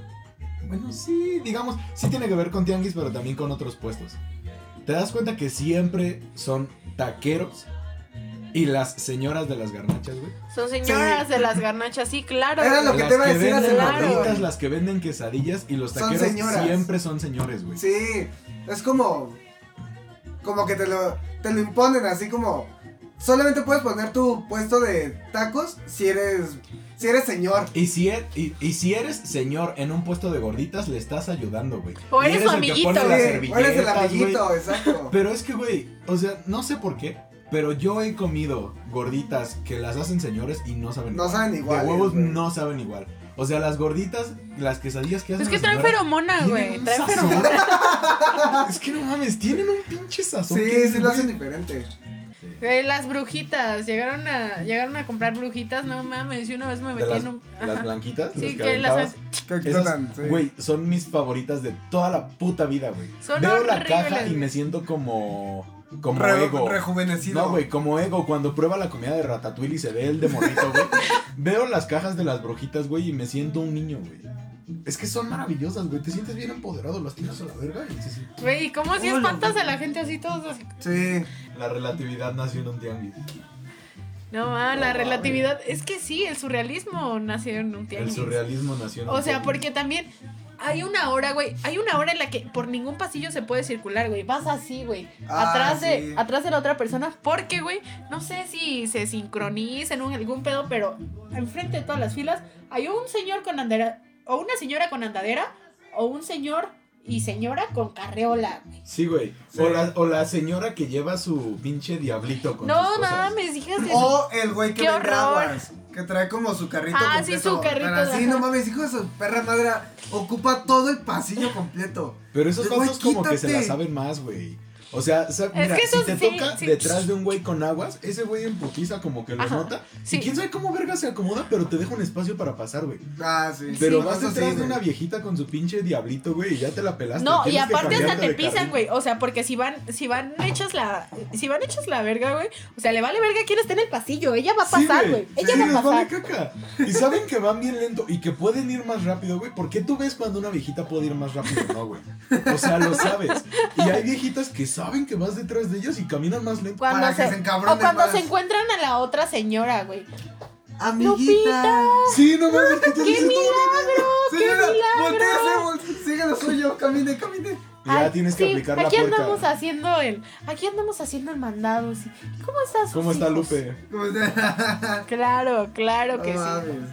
[SPEAKER 1] Bueno, sí, digamos, sí tiene que ver con tianguis, pero también con otros puestos. Te das cuenta que siempre son taqueros y las señoras de las garnachas, güey.
[SPEAKER 2] Son señoras de las garnachas, sí, claro.
[SPEAKER 3] Era lo que
[SPEAKER 1] Las
[SPEAKER 3] te iba a decir hace
[SPEAKER 1] venden
[SPEAKER 2] rato,
[SPEAKER 1] gorditas,
[SPEAKER 3] güey.
[SPEAKER 1] las que venden quesadillas y los
[SPEAKER 3] Son
[SPEAKER 1] taqueros
[SPEAKER 3] señoras.
[SPEAKER 1] siempre son señores, güey.
[SPEAKER 3] Sí, es como. Como que te lo, te lo imponen, así como. Solamente puedes poner tu puesto de tacos si eres. Si eres señor.
[SPEAKER 1] Y si, er- y, y si eres señor en un puesto de gorditas, le estás ayudando, güey.
[SPEAKER 2] O
[SPEAKER 1] Y
[SPEAKER 2] eres su
[SPEAKER 1] el que
[SPEAKER 2] amiguito,
[SPEAKER 1] pone
[SPEAKER 3] Sí,
[SPEAKER 1] las
[SPEAKER 2] güey.
[SPEAKER 3] o eres el
[SPEAKER 1] servilletas, güey.
[SPEAKER 3] amiguito, exacto.
[SPEAKER 1] Pero es que, güey, o sea, no sé por qué, pero yo he comido gorditas que las hacen señores y no saben
[SPEAKER 3] No saben igual.
[SPEAKER 1] de huevos
[SPEAKER 3] güey.
[SPEAKER 1] no saben igual. O sea, las gorditas, las quesadillas que hacen
[SPEAKER 2] Es que
[SPEAKER 1] las
[SPEAKER 2] traen
[SPEAKER 1] señoras
[SPEAKER 2] feromona,
[SPEAKER 1] tienen
[SPEAKER 2] güey.
[SPEAKER 1] un
[SPEAKER 2] Traen
[SPEAKER 1] sazón.
[SPEAKER 2] feromona.
[SPEAKER 1] Es que no mames, tienen un pinche sazón. que
[SPEAKER 3] Sí,
[SPEAKER 1] dices,
[SPEAKER 3] sí lo
[SPEAKER 1] güey,
[SPEAKER 3] hacen diferente.
[SPEAKER 2] Güey, las brujitas, llegaron a, llegaron a comprar brujitas, no mames, y una vez me
[SPEAKER 1] de
[SPEAKER 2] metí
[SPEAKER 1] las,
[SPEAKER 2] en un...
[SPEAKER 1] las
[SPEAKER 2] ajá.
[SPEAKER 1] blanquitas,
[SPEAKER 2] Sí,
[SPEAKER 1] las que,
[SPEAKER 2] que las-
[SPEAKER 1] aventabas,
[SPEAKER 3] Que
[SPEAKER 1] esas,
[SPEAKER 3] explotan, sí.
[SPEAKER 1] Güey, son mis favoritas de toda la puta vida, güey.
[SPEAKER 2] Son
[SPEAKER 1] Veo la
[SPEAKER 2] horribles,
[SPEAKER 1] caja y
[SPEAKER 2] güey.
[SPEAKER 1] me siento como. Como
[SPEAKER 3] Re-
[SPEAKER 1] ego.
[SPEAKER 3] Rejuvenecido.
[SPEAKER 1] No, güey, como ego, cuando prueba la comida de Ratatouille y se ve el de morrito, güey. Veo las cajas de las brujitas, güey, y me siento un niño, güey. Es que son maravillosas, güey. Te sientes bien empoderado, las tiras a la verga y dices,
[SPEAKER 2] Güey, ¿cómo así
[SPEAKER 3] Hola,
[SPEAKER 2] espantas
[SPEAKER 3] güey.
[SPEAKER 2] a la gente así todos así?
[SPEAKER 3] Sí.
[SPEAKER 1] la relatividad nació en un tianguis.
[SPEAKER 2] No, ma,
[SPEAKER 1] No,
[SPEAKER 2] la
[SPEAKER 1] mames.
[SPEAKER 2] relatividad, es que sí, el surrealismo nació en un
[SPEAKER 1] El
[SPEAKER 2] tianguis.
[SPEAKER 1] surrealismo nació en un
[SPEAKER 2] O sea,
[SPEAKER 1] tianguis.
[SPEAKER 2] porque también hay una hora, güey, hay una hora en la que por ningún pasillo se puede circular, güey. Vas así, güey,
[SPEAKER 3] Ah,
[SPEAKER 2] atrás
[SPEAKER 3] sí.
[SPEAKER 2] de atrás de la otra persona, porque, güey, no sé si se sincroniza en un- algún pedo, pero enfrente de todas las filas hay un señor con andadera o una señora con andadera o un señor y señora con carreola, güey.
[SPEAKER 1] Sí, güey.
[SPEAKER 3] Sí.
[SPEAKER 1] O, la, o la señora que lleva su pinche diablito con sus
[SPEAKER 2] No
[SPEAKER 1] cosas.
[SPEAKER 2] mames, hijas de
[SPEAKER 3] O el güey que
[SPEAKER 2] Qué
[SPEAKER 3] vende
[SPEAKER 2] horror.
[SPEAKER 3] aguas, Que trae como su carrito
[SPEAKER 2] Ah, sí,
[SPEAKER 3] completo.
[SPEAKER 2] su carrito,
[SPEAKER 3] Pero así,
[SPEAKER 2] ajá.
[SPEAKER 3] no mames, hijo de su perra madre. Ocupa todo el pasillo completo.
[SPEAKER 1] Pero esos
[SPEAKER 3] Güey,
[SPEAKER 1] vatos como que se la
[SPEAKER 3] quítate.
[SPEAKER 1] saben más, güey. O sea, sa-
[SPEAKER 2] Es
[SPEAKER 1] mira,
[SPEAKER 2] que
[SPEAKER 1] si
[SPEAKER 2] eso
[SPEAKER 1] te
[SPEAKER 2] sí,
[SPEAKER 1] toca
[SPEAKER 2] sí.
[SPEAKER 1] detrás de un güey con aguas, ese güey en putiza como que lo
[SPEAKER 2] Ajá,
[SPEAKER 1] nota.
[SPEAKER 2] sí.
[SPEAKER 1] Y quién sabe cómo verga se acomoda, pero te deja un espacio para pasar, güey.
[SPEAKER 3] Ah, sí.
[SPEAKER 1] Pero
[SPEAKER 3] Sí,
[SPEAKER 1] vas
[SPEAKER 3] eso sí,
[SPEAKER 1] detrás de
[SPEAKER 3] güey.
[SPEAKER 1] una viejita con su pinche diablito, güey, y ya te la pelaste.
[SPEAKER 2] No, y
[SPEAKER 1] Tienes que
[SPEAKER 2] aparte hasta
[SPEAKER 1] cambiarte
[SPEAKER 2] te
[SPEAKER 1] de
[SPEAKER 2] pisan,
[SPEAKER 1] carril.
[SPEAKER 2] güey. O sea, porque si van, si van hechas la, si van hechas la verga, güey. O sea, le vale verga quién está en el pasillo. Ella va a
[SPEAKER 1] Sí,
[SPEAKER 2] pasar, güey. Ella
[SPEAKER 1] Sí, les
[SPEAKER 2] va a
[SPEAKER 1] vale
[SPEAKER 2] pasar.
[SPEAKER 1] caca. Y saben que van bien lento y que pueden ir más rápido, güey. ¿Por qué tú ves cuando una viejita puede ir más rápido o no, güey? O sea, lo sabes. Y hay viejitas que saben que vas detrás de ellas y caminan más lento.
[SPEAKER 2] Cuando
[SPEAKER 3] Para que
[SPEAKER 2] se,
[SPEAKER 3] se
[SPEAKER 2] o
[SPEAKER 3] encabronen
[SPEAKER 2] cuando
[SPEAKER 3] más.
[SPEAKER 2] se encuentran a la otra señora, güey.
[SPEAKER 3] Amiguita.
[SPEAKER 1] Sí, no mames, que te
[SPEAKER 2] ¡Qué
[SPEAKER 1] dices, no,
[SPEAKER 2] milagro! ¡Qué
[SPEAKER 3] Señora, voltease,
[SPEAKER 2] milagro!
[SPEAKER 3] voltease, sigue lo suyo, camine, camine.
[SPEAKER 1] Ya
[SPEAKER 2] Ay,
[SPEAKER 1] tienes que
[SPEAKER 2] sí,
[SPEAKER 1] aplicar la
[SPEAKER 2] Aquí
[SPEAKER 1] puerta.
[SPEAKER 2] andamos haciendo el, aquí andamos haciendo el mandado. sí. ¿Cómo estás?
[SPEAKER 1] ¿Cómo está Lupe?
[SPEAKER 2] pues,
[SPEAKER 3] Como sea.
[SPEAKER 2] Claro, claro que
[SPEAKER 3] No
[SPEAKER 2] sí.
[SPEAKER 3] mames.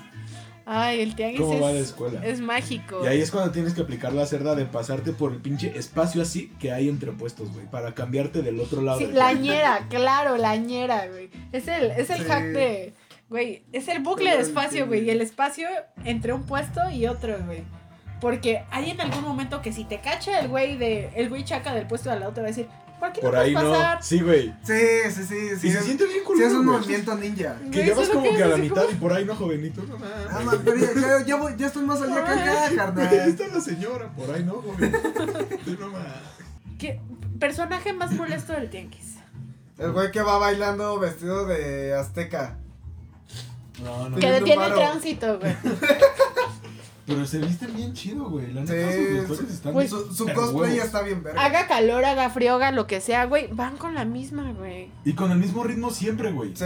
[SPEAKER 2] Ay, el tianguis
[SPEAKER 1] ¿Cómo va la
[SPEAKER 2] es,
[SPEAKER 1] escuela?
[SPEAKER 2] es mágico.
[SPEAKER 1] Y ahí es cuando tienes que aplicar la cerda de pasarte por el pinche espacio así que hay entre puestos, güey, para cambiarte del otro lado.
[SPEAKER 2] Sí,
[SPEAKER 1] del
[SPEAKER 2] la
[SPEAKER 1] carril.
[SPEAKER 2] ñera, claro, la ñera, güey. Es el, es el
[SPEAKER 3] Sí.
[SPEAKER 2] hack de. Güey, es el bucle de
[SPEAKER 3] Claro,
[SPEAKER 2] espacio,
[SPEAKER 3] sí.
[SPEAKER 2] güey. Y el espacio entre un puesto y otro, güey. Porque hay en algún momento que si te cacha el güey de. el güey chaca del puesto de la otra va a decir, ¿por qué no
[SPEAKER 1] Por
[SPEAKER 2] puedes
[SPEAKER 1] ahí
[SPEAKER 2] pasar?
[SPEAKER 1] no. Sí, güey.
[SPEAKER 3] Sí, sí, sí. sí
[SPEAKER 1] y se
[SPEAKER 3] es-
[SPEAKER 1] siente bien
[SPEAKER 3] sí
[SPEAKER 1] culero.
[SPEAKER 3] es un
[SPEAKER 1] güey.
[SPEAKER 3] movimiento ninja.
[SPEAKER 1] Que
[SPEAKER 2] Güey,
[SPEAKER 1] llevas
[SPEAKER 2] solo
[SPEAKER 1] como que
[SPEAKER 2] quedas
[SPEAKER 1] a la
[SPEAKER 2] así
[SPEAKER 1] mitad y por ahí no, jovenito. No mames.
[SPEAKER 3] Ah, ma, pero ya, ya- ya voy- ya estoy más allá que acá,
[SPEAKER 1] Ahí
[SPEAKER 3] carnal.
[SPEAKER 1] está la señora, por ahí no, joven. Sí, no mames.
[SPEAKER 2] ¿Qué personaje más molesto del tianguis?
[SPEAKER 3] El güey que va bailando vestido de azteca.
[SPEAKER 1] No, no.
[SPEAKER 2] Que
[SPEAKER 3] Teniendo
[SPEAKER 2] detiene el
[SPEAKER 3] paro.
[SPEAKER 2] tránsito, güey.
[SPEAKER 1] Pero se visten bien chido, güey. La neta,
[SPEAKER 3] Sí,
[SPEAKER 1] sus vestuarios están
[SPEAKER 2] güey.
[SPEAKER 3] Su, su
[SPEAKER 1] Pero
[SPEAKER 3] cosplay
[SPEAKER 1] huevos.
[SPEAKER 3] está bien verga.
[SPEAKER 2] Haga calor, haga frío, haga lo que sea, güey. Van con la misma, güey.
[SPEAKER 1] Y con el mismo ritmo siempre, güey.
[SPEAKER 3] Sí.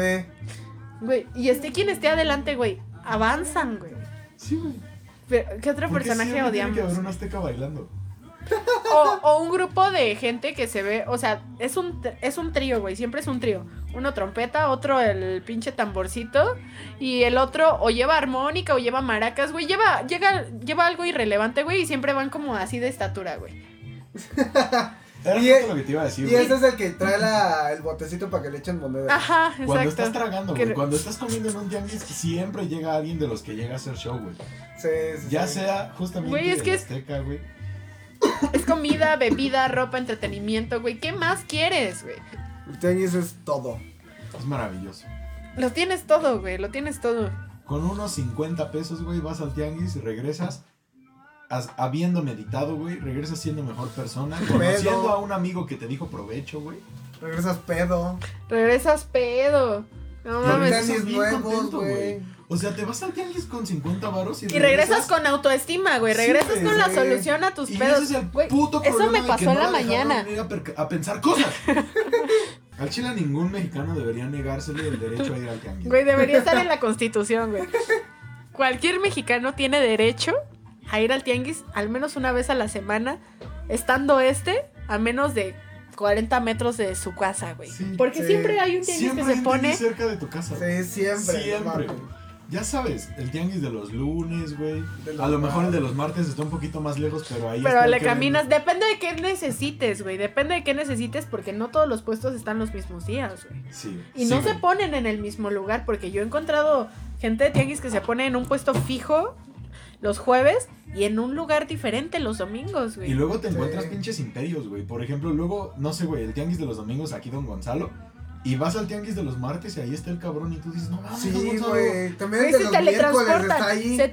[SPEAKER 2] Güey. Y esté quien esté adelante, güey. Avanzan, güey.
[SPEAKER 1] Sí, güey.
[SPEAKER 2] Pero, ¿Qué otro
[SPEAKER 1] ¿Por qué
[SPEAKER 2] personaje
[SPEAKER 1] siempre Tiene que
[SPEAKER 2] odiamos?
[SPEAKER 1] haber un azteca bailando.
[SPEAKER 2] O, o un grupo de gente que se ve, o sea, es un, tr- es un trío, güey, siempre es un trío. Uno trompeta, otro el pinche tamborcito y el otro o lleva armónica o lleva maracas, güey, lleva, llega, lleva algo irrelevante, güey, y siempre van como así de estatura, güey.
[SPEAKER 1] Era
[SPEAKER 3] Y-
[SPEAKER 1] justo lo que te iba a decir,
[SPEAKER 3] Y
[SPEAKER 1] güey.
[SPEAKER 3] ese es el que trae la, el botecito para que le echen moneda.
[SPEAKER 2] Ajá,
[SPEAKER 1] Cuando estás
[SPEAKER 2] exacto.
[SPEAKER 1] tragando,
[SPEAKER 2] Que-
[SPEAKER 1] güey, cuando estás comiendo en un tianguis, siempre llega alguien de los que llega a hacer show, güey.
[SPEAKER 2] Ah.
[SPEAKER 3] Sí, sí.
[SPEAKER 1] Ya
[SPEAKER 3] sí.
[SPEAKER 1] sea justamente
[SPEAKER 2] Güey, es
[SPEAKER 1] el
[SPEAKER 2] que es-
[SPEAKER 1] Azteca, güey.
[SPEAKER 2] Es comida, bebida, ropa, entretenimiento, güey. ¿Qué más quieres, güey?
[SPEAKER 3] El tianguis es todo.
[SPEAKER 1] Es maravilloso.
[SPEAKER 2] Lo tienes todo, güey, lo tienes todo.
[SPEAKER 1] Con unos 50 pesos, güey, vas al tianguis y regresas has- habiendo meditado, güey, regresas siendo mejor persona, conociendo a un amigo que te dijo provecho, güey.
[SPEAKER 3] Regresas pedo.
[SPEAKER 2] Regresas pedo. No
[SPEAKER 1] Lo
[SPEAKER 2] mames.
[SPEAKER 1] regresas
[SPEAKER 3] tenis
[SPEAKER 1] bien
[SPEAKER 3] nuevos,
[SPEAKER 1] contento,
[SPEAKER 3] güey.
[SPEAKER 1] O sea, te vas al tianguis con 50 varos y,
[SPEAKER 2] Y regresas con autoestima, güey.
[SPEAKER 1] Sí,
[SPEAKER 2] Regresas
[SPEAKER 1] güey,
[SPEAKER 2] con la
[SPEAKER 3] sí.
[SPEAKER 2] solución a tus
[SPEAKER 1] y
[SPEAKER 2] pedos.
[SPEAKER 1] ese es el
[SPEAKER 2] Güey,
[SPEAKER 1] puto
[SPEAKER 2] eso
[SPEAKER 1] problema
[SPEAKER 2] me
[SPEAKER 1] de
[SPEAKER 2] pasó
[SPEAKER 1] que no
[SPEAKER 2] en la
[SPEAKER 1] la dejaron
[SPEAKER 2] mañana.
[SPEAKER 1] ir a, perca- a pensar cosas. al chile a ningún mexicano debería negársele el derecho a ir al tianguis.
[SPEAKER 2] Güey, debería estar en la constitución, güey. Cualquier mexicano tiene derecho a ir al tianguis al menos una vez a la semana, estando este a menos de 40 metros de su casa, güey.
[SPEAKER 1] Sí,
[SPEAKER 2] Porque
[SPEAKER 3] sí.
[SPEAKER 2] siempre hay un tianguis
[SPEAKER 1] Siempre
[SPEAKER 2] que
[SPEAKER 1] hay
[SPEAKER 2] se
[SPEAKER 1] un
[SPEAKER 2] pone.
[SPEAKER 1] tianguis cerca de tu casa. güey.
[SPEAKER 3] Sí, siempre.
[SPEAKER 1] Siempre,
[SPEAKER 3] no mames.
[SPEAKER 1] güey. Ya sabes, el tianguis de los lunes, güey.
[SPEAKER 3] De los
[SPEAKER 1] A lo mejor el de
[SPEAKER 3] martes.
[SPEAKER 1] los martes está un poquito más lejos, pero ahí está
[SPEAKER 2] Pero
[SPEAKER 1] el
[SPEAKER 2] le
[SPEAKER 1] que vende.
[SPEAKER 2] caminas, depende de qué necesites, güey. Depende de qué necesites, porque no todos los puestos están los mismos días, güey.
[SPEAKER 1] Sí.
[SPEAKER 2] Y
[SPEAKER 1] sí,
[SPEAKER 2] no se
[SPEAKER 1] güey.
[SPEAKER 2] ponen en el mismo lugar, porque yo he encontrado gente de tianguis que se pone en un puesto fijo los jueves y en un lugar diferente los domingos,
[SPEAKER 1] Y
[SPEAKER 2] güey.
[SPEAKER 1] luego te
[SPEAKER 3] Sí.
[SPEAKER 1] encuentras pinches imperios, güey. Por ejemplo, luego, no sé, güey, el tianguis de los domingos aquí, Don Gonzalo. Y vas al tianguis de los martes y ahí está el cabrón y tú dices, no mames, Don
[SPEAKER 3] Sí,
[SPEAKER 1] Gonzalo.
[SPEAKER 3] güey. También
[SPEAKER 2] Güey,
[SPEAKER 3] el de
[SPEAKER 2] se
[SPEAKER 3] los miércoles
[SPEAKER 2] teletransportan.
[SPEAKER 3] está ahí.
[SPEAKER 2] Se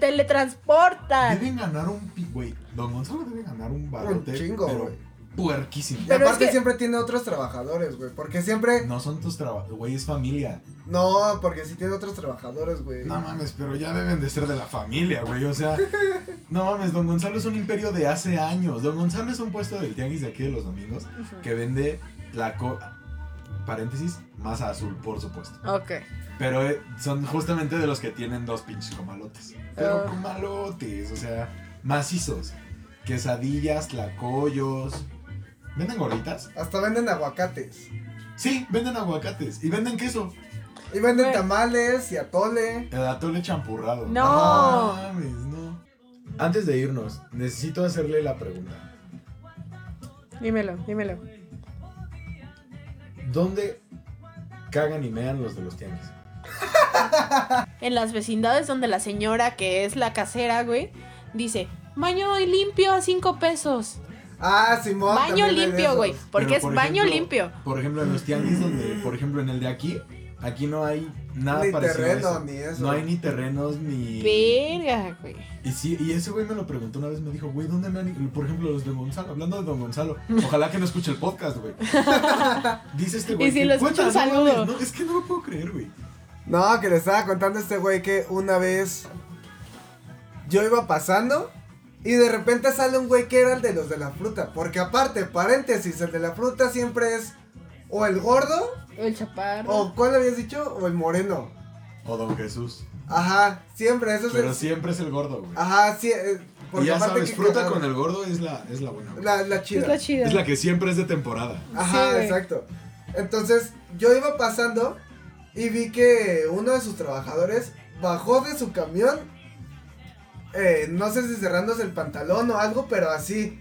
[SPEAKER 2] teletransportan.
[SPEAKER 1] Deben ganar un. pi- Güey, Don Gonzalo debe ganar un barote.
[SPEAKER 3] Un chingo,
[SPEAKER 1] pero
[SPEAKER 3] güey.
[SPEAKER 1] puerquísimo.
[SPEAKER 3] Y
[SPEAKER 2] Pero es
[SPEAKER 3] aparte
[SPEAKER 2] que-
[SPEAKER 3] siempre tiene otros trabajadores, güey. Porque siempre.
[SPEAKER 1] No son tus trabajos, güey, es familia.
[SPEAKER 3] No, porque sí tiene otros trabajadores, güey.
[SPEAKER 1] No mames, pero ya deben de ser de la familia, güey. O sea, no mames, Don Gonzalo es un imperio de hace años. Don Gonzalo es un puesto del tianguis de aquí de los domingos
[SPEAKER 2] Ujú.
[SPEAKER 1] que vende la co- paréntesis, masa azul, por supuesto.
[SPEAKER 2] Ok.
[SPEAKER 1] Pero eh, son justamente de los que tienen dos pinches comalotes. Pero
[SPEAKER 2] Ah.
[SPEAKER 1] comalotes, o sea, macizos. Quesadillas, tlacoyos. ¿Venden gorditas?
[SPEAKER 3] Hasta venden aguacates.
[SPEAKER 1] Sí, venden aguacates. Y venden queso.
[SPEAKER 3] Y venden
[SPEAKER 2] Güey.
[SPEAKER 3] tamales y atole.
[SPEAKER 1] El atole champurrado.
[SPEAKER 2] No.
[SPEAKER 1] mames, no. Antes de irnos, necesito hacerle la pregunta.
[SPEAKER 2] Dímelo, dímelo.
[SPEAKER 1] ¿Dónde cagan y mean los de los tianguis?
[SPEAKER 2] En las vecindades donde la señora, que es la casera, güey, dice: Baño hoy limpio a cinco pesos.
[SPEAKER 3] Ah, Simón.
[SPEAKER 2] Baño
[SPEAKER 3] también venden
[SPEAKER 2] limpio,
[SPEAKER 3] esos.
[SPEAKER 2] güey. Porque
[SPEAKER 1] Pero,
[SPEAKER 2] es
[SPEAKER 1] por
[SPEAKER 2] baño
[SPEAKER 1] ejemplo,
[SPEAKER 2] limpio.
[SPEAKER 1] Por ejemplo, en los tianguis donde, por ejemplo, en el de aquí, aquí no hay nada
[SPEAKER 3] Ni
[SPEAKER 1] parecido a
[SPEAKER 3] terreno,
[SPEAKER 1] eso.
[SPEAKER 3] ni eso.
[SPEAKER 1] No hay ni terrenos, ni...
[SPEAKER 2] Verga, güey.
[SPEAKER 1] Y sí, y ese güey me lo preguntó una vez, me dijo, güey, ¿dónde me han...? Por ejemplo, los de Gonzalo, hablando de Don Gonzalo, ojalá que no escuche el podcast, güey. Dice este güey.
[SPEAKER 2] Y si
[SPEAKER 1] que,
[SPEAKER 2] lo escucha, un
[SPEAKER 1] "Cuéntanos, no
[SPEAKER 2] saludo".
[SPEAKER 1] mames, No, es que no lo puedo creer, güey.
[SPEAKER 3] No, que le estaba contando a este güey que una vez yo iba pasando y de repente sale un güey que era el de los de la fruta. Porque aparte, paréntesis, el de la fruta siempre es o el gordo,
[SPEAKER 2] El chaparro.
[SPEAKER 3] o ¿cuál habías dicho? O el moreno.
[SPEAKER 1] O Don Jesús.
[SPEAKER 3] Ajá, siempre, eso es
[SPEAKER 1] Pero
[SPEAKER 3] el-
[SPEAKER 1] siempre es el gordo, güey.
[SPEAKER 3] Ajá, sí, eh,
[SPEAKER 1] Y
[SPEAKER 3] porque
[SPEAKER 1] ya
[SPEAKER 3] aparte
[SPEAKER 1] sabes,
[SPEAKER 3] que
[SPEAKER 1] fruta
[SPEAKER 3] cagado.
[SPEAKER 1] con el gordo es la, es la buena. güey.
[SPEAKER 3] La, la chida.
[SPEAKER 2] Es la chida.
[SPEAKER 1] Es la que siempre es de temporada.
[SPEAKER 2] Sí,
[SPEAKER 3] Ajá,
[SPEAKER 2] güey.
[SPEAKER 3] exacto. Entonces, yo iba pasando y vi que uno de sus trabajadores bajó de su camión, eh, no sé si cerrándose el pantalón o algo, pero así.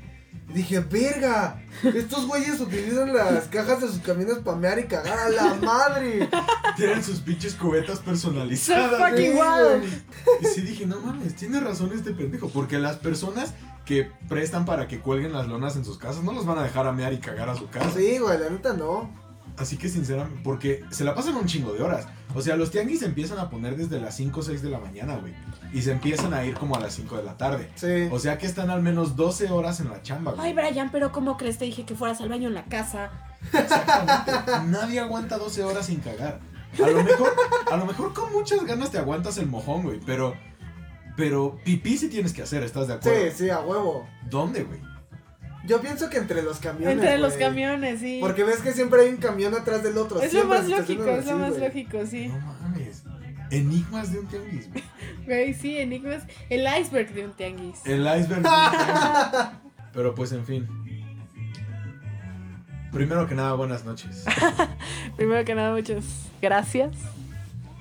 [SPEAKER 3] Y dije, verga, estos güeyes utilizan las cajas de sus camiones para mear y cagar a la madre.
[SPEAKER 1] Tienen sus pinches cubetas
[SPEAKER 2] So
[SPEAKER 1] personalizadas.
[SPEAKER 2] fucking
[SPEAKER 3] Sí,
[SPEAKER 2] wild.
[SPEAKER 1] Y sí dije, no mames, tiene razón este pendejo. Porque las personas que prestan para que cuelguen las lonas en sus casas no los van a dejar amear y cagar a su casa.
[SPEAKER 3] Sí, güey, la neta no.
[SPEAKER 1] Así que sinceramente, porque se la pasan un chingo de horas. O sea, los tianguis se empiezan a poner desde las 5 o 6 de la mañana, güey. Y se empiezan a ir como a las 5 de la tarde.
[SPEAKER 3] Sí.
[SPEAKER 1] O sea que están al menos 12 horas en la chamba, güey.
[SPEAKER 2] Ay, Brian, pero ¿cómo crees? Te dije que fueras al baño en la casa.
[SPEAKER 1] Exactamente. Nadie aguanta 12 horas sin cagar. A lo mejor, a lo mejor con muchas ganas te aguantas el mojón, güey, pero pero pipí sí tienes que hacer, ¿estás de acuerdo?
[SPEAKER 3] Sí, sí, a huevo.
[SPEAKER 1] ¿Dónde, güey?
[SPEAKER 3] Yo pienso que entre los camiones.
[SPEAKER 2] Entre los
[SPEAKER 3] güey.
[SPEAKER 2] camiones, sí.
[SPEAKER 3] Porque ves que siempre hay un camión atrás del otro.
[SPEAKER 2] es lo
[SPEAKER 3] siempre
[SPEAKER 2] más
[SPEAKER 3] se estacionan
[SPEAKER 2] lógico, es lo
[SPEAKER 3] así,
[SPEAKER 2] más
[SPEAKER 3] güey.
[SPEAKER 2] lógico, sí.
[SPEAKER 1] No mames. Enigmas de un tianguis, güey.
[SPEAKER 2] Güey, sí, enigmas. El iceberg de un tianguis.
[SPEAKER 1] El iceberg. de un tianguis. Pero pues en fin. Primero que nada, buenas noches.
[SPEAKER 2] Primero que nada, muchas gracias.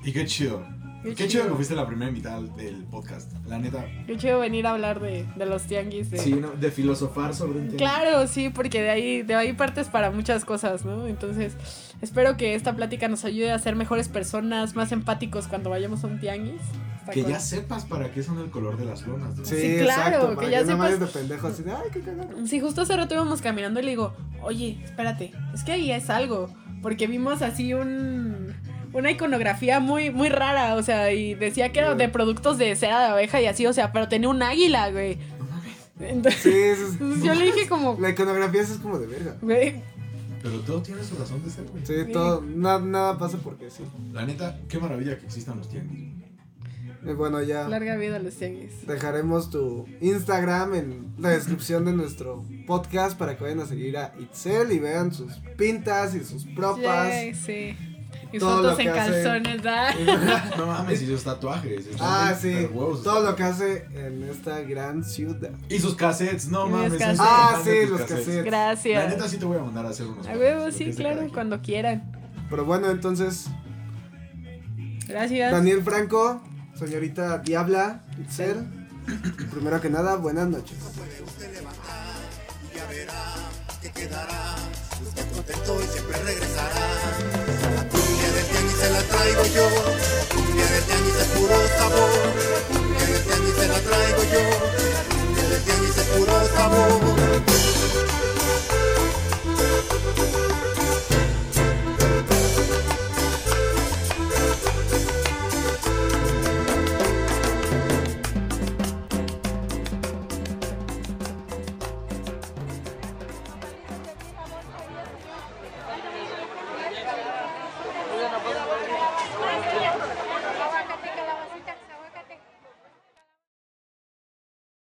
[SPEAKER 1] Y qué chido.
[SPEAKER 2] Qué
[SPEAKER 1] Qué, chido
[SPEAKER 2] chido.
[SPEAKER 1] que fuiste la primera invitada del podcast. La neta.
[SPEAKER 2] Qué chido venir a hablar de, de los tianguis. de-
[SPEAKER 1] Sí, ¿no? de filosofar sobre un tianguis.
[SPEAKER 2] Claro, sí, porque de ahí, de ahí partes para muchas cosas, ¿no? Entonces, espero que esta plática nos ayude a ser mejores personas, más empáticos cuando vayamos a un tianguis. Está
[SPEAKER 1] Que
[SPEAKER 2] con-
[SPEAKER 1] ya sepas para qué son el color de las lonas. ¿no?
[SPEAKER 3] Sí,
[SPEAKER 2] Sí, claro,
[SPEAKER 3] claro,
[SPEAKER 2] que
[SPEAKER 3] exacto, para
[SPEAKER 2] ya
[SPEAKER 3] que no
[SPEAKER 2] sepas-
[SPEAKER 3] vayas de pendejo así de, ay, qué cagado.
[SPEAKER 2] Sí, justo hace rato íbamos caminando y le digo, oye, espérate, es que ahí es algo. porque vimos así un una iconografía muy muy rara, o sea, y decía que era de productos de cera de abeja y así, o sea, pero tenía un águila, güey. Entonces,
[SPEAKER 3] Sí, eso es-
[SPEAKER 2] yo le dije como,
[SPEAKER 3] La iconografía eso es como de verga.
[SPEAKER 2] güey,
[SPEAKER 1] Pero todo tiene su razón de ser, güey.
[SPEAKER 3] Sí,
[SPEAKER 2] Sí.
[SPEAKER 3] todo, na- nada pasa porque sí.
[SPEAKER 1] La neta, qué maravilla que existan los tianguis.
[SPEAKER 3] Eh, Bueno, ya
[SPEAKER 2] larga vida a los tianguis.
[SPEAKER 3] dejaremos tu Instagram en la descripción de nuestro podcast para que vayan a seguir a Itzel y vean sus pintas y sus propas.
[SPEAKER 2] Sí, sí. Y
[SPEAKER 3] Todo lo
[SPEAKER 2] fotos
[SPEAKER 3] que
[SPEAKER 2] en
[SPEAKER 3] hace.
[SPEAKER 2] calzones, ¿verdad?
[SPEAKER 1] No mames, y sus tatuajes. sus
[SPEAKER 3] Ah,
[SPEAKER 1] tatuajes,
[SPEAKER 3] sí.
[SPEAKER 1] pero huevos, sus
[SPEAKER 3] Todo lo que
[SPEAKER 1] tatuajes.
[SPEAKER 3] hace en esta gran ciudad.
[SPEAKER 1] Y sus cassettes, no
[SPEAKER 2] Y mis
[SPEAKER 1] mames. soy
[SPEAKER 2] cassettes.
[SPEAKER 1] súper
[SPEAKER 3] Ah,
[SPEAKER 1] fan de
[SPEAKER 3] sí,
[SPEAKER 1] tus
[SPEAKER 3] los cassettes.
[SPEAKER 1] La neta
[SPEAKER 2] Gracias.
[SPEAKER 1] sí te voy a mandar a hacer unos.
[SPEAKER 2] A huevo,
[SPEAKER 1] porque
[SPEAKER 2] sí,
[SPEAKER 1] es de cada
[SPEAKER 2] claro,
[SPEAKER 1] quien.
[SPEAKER 2] cuando quieran.
[SPEAKER 3] Pero bueno, entonces,
[SPEAKER 2] Gracias.
[SPEAKER 3] Daniel Franco, señorita Diabla, Itzel, primero que nada, buenas noches.
[SPEAKER 4] puede usted levantar, ya verá que quedará usted contento y siempre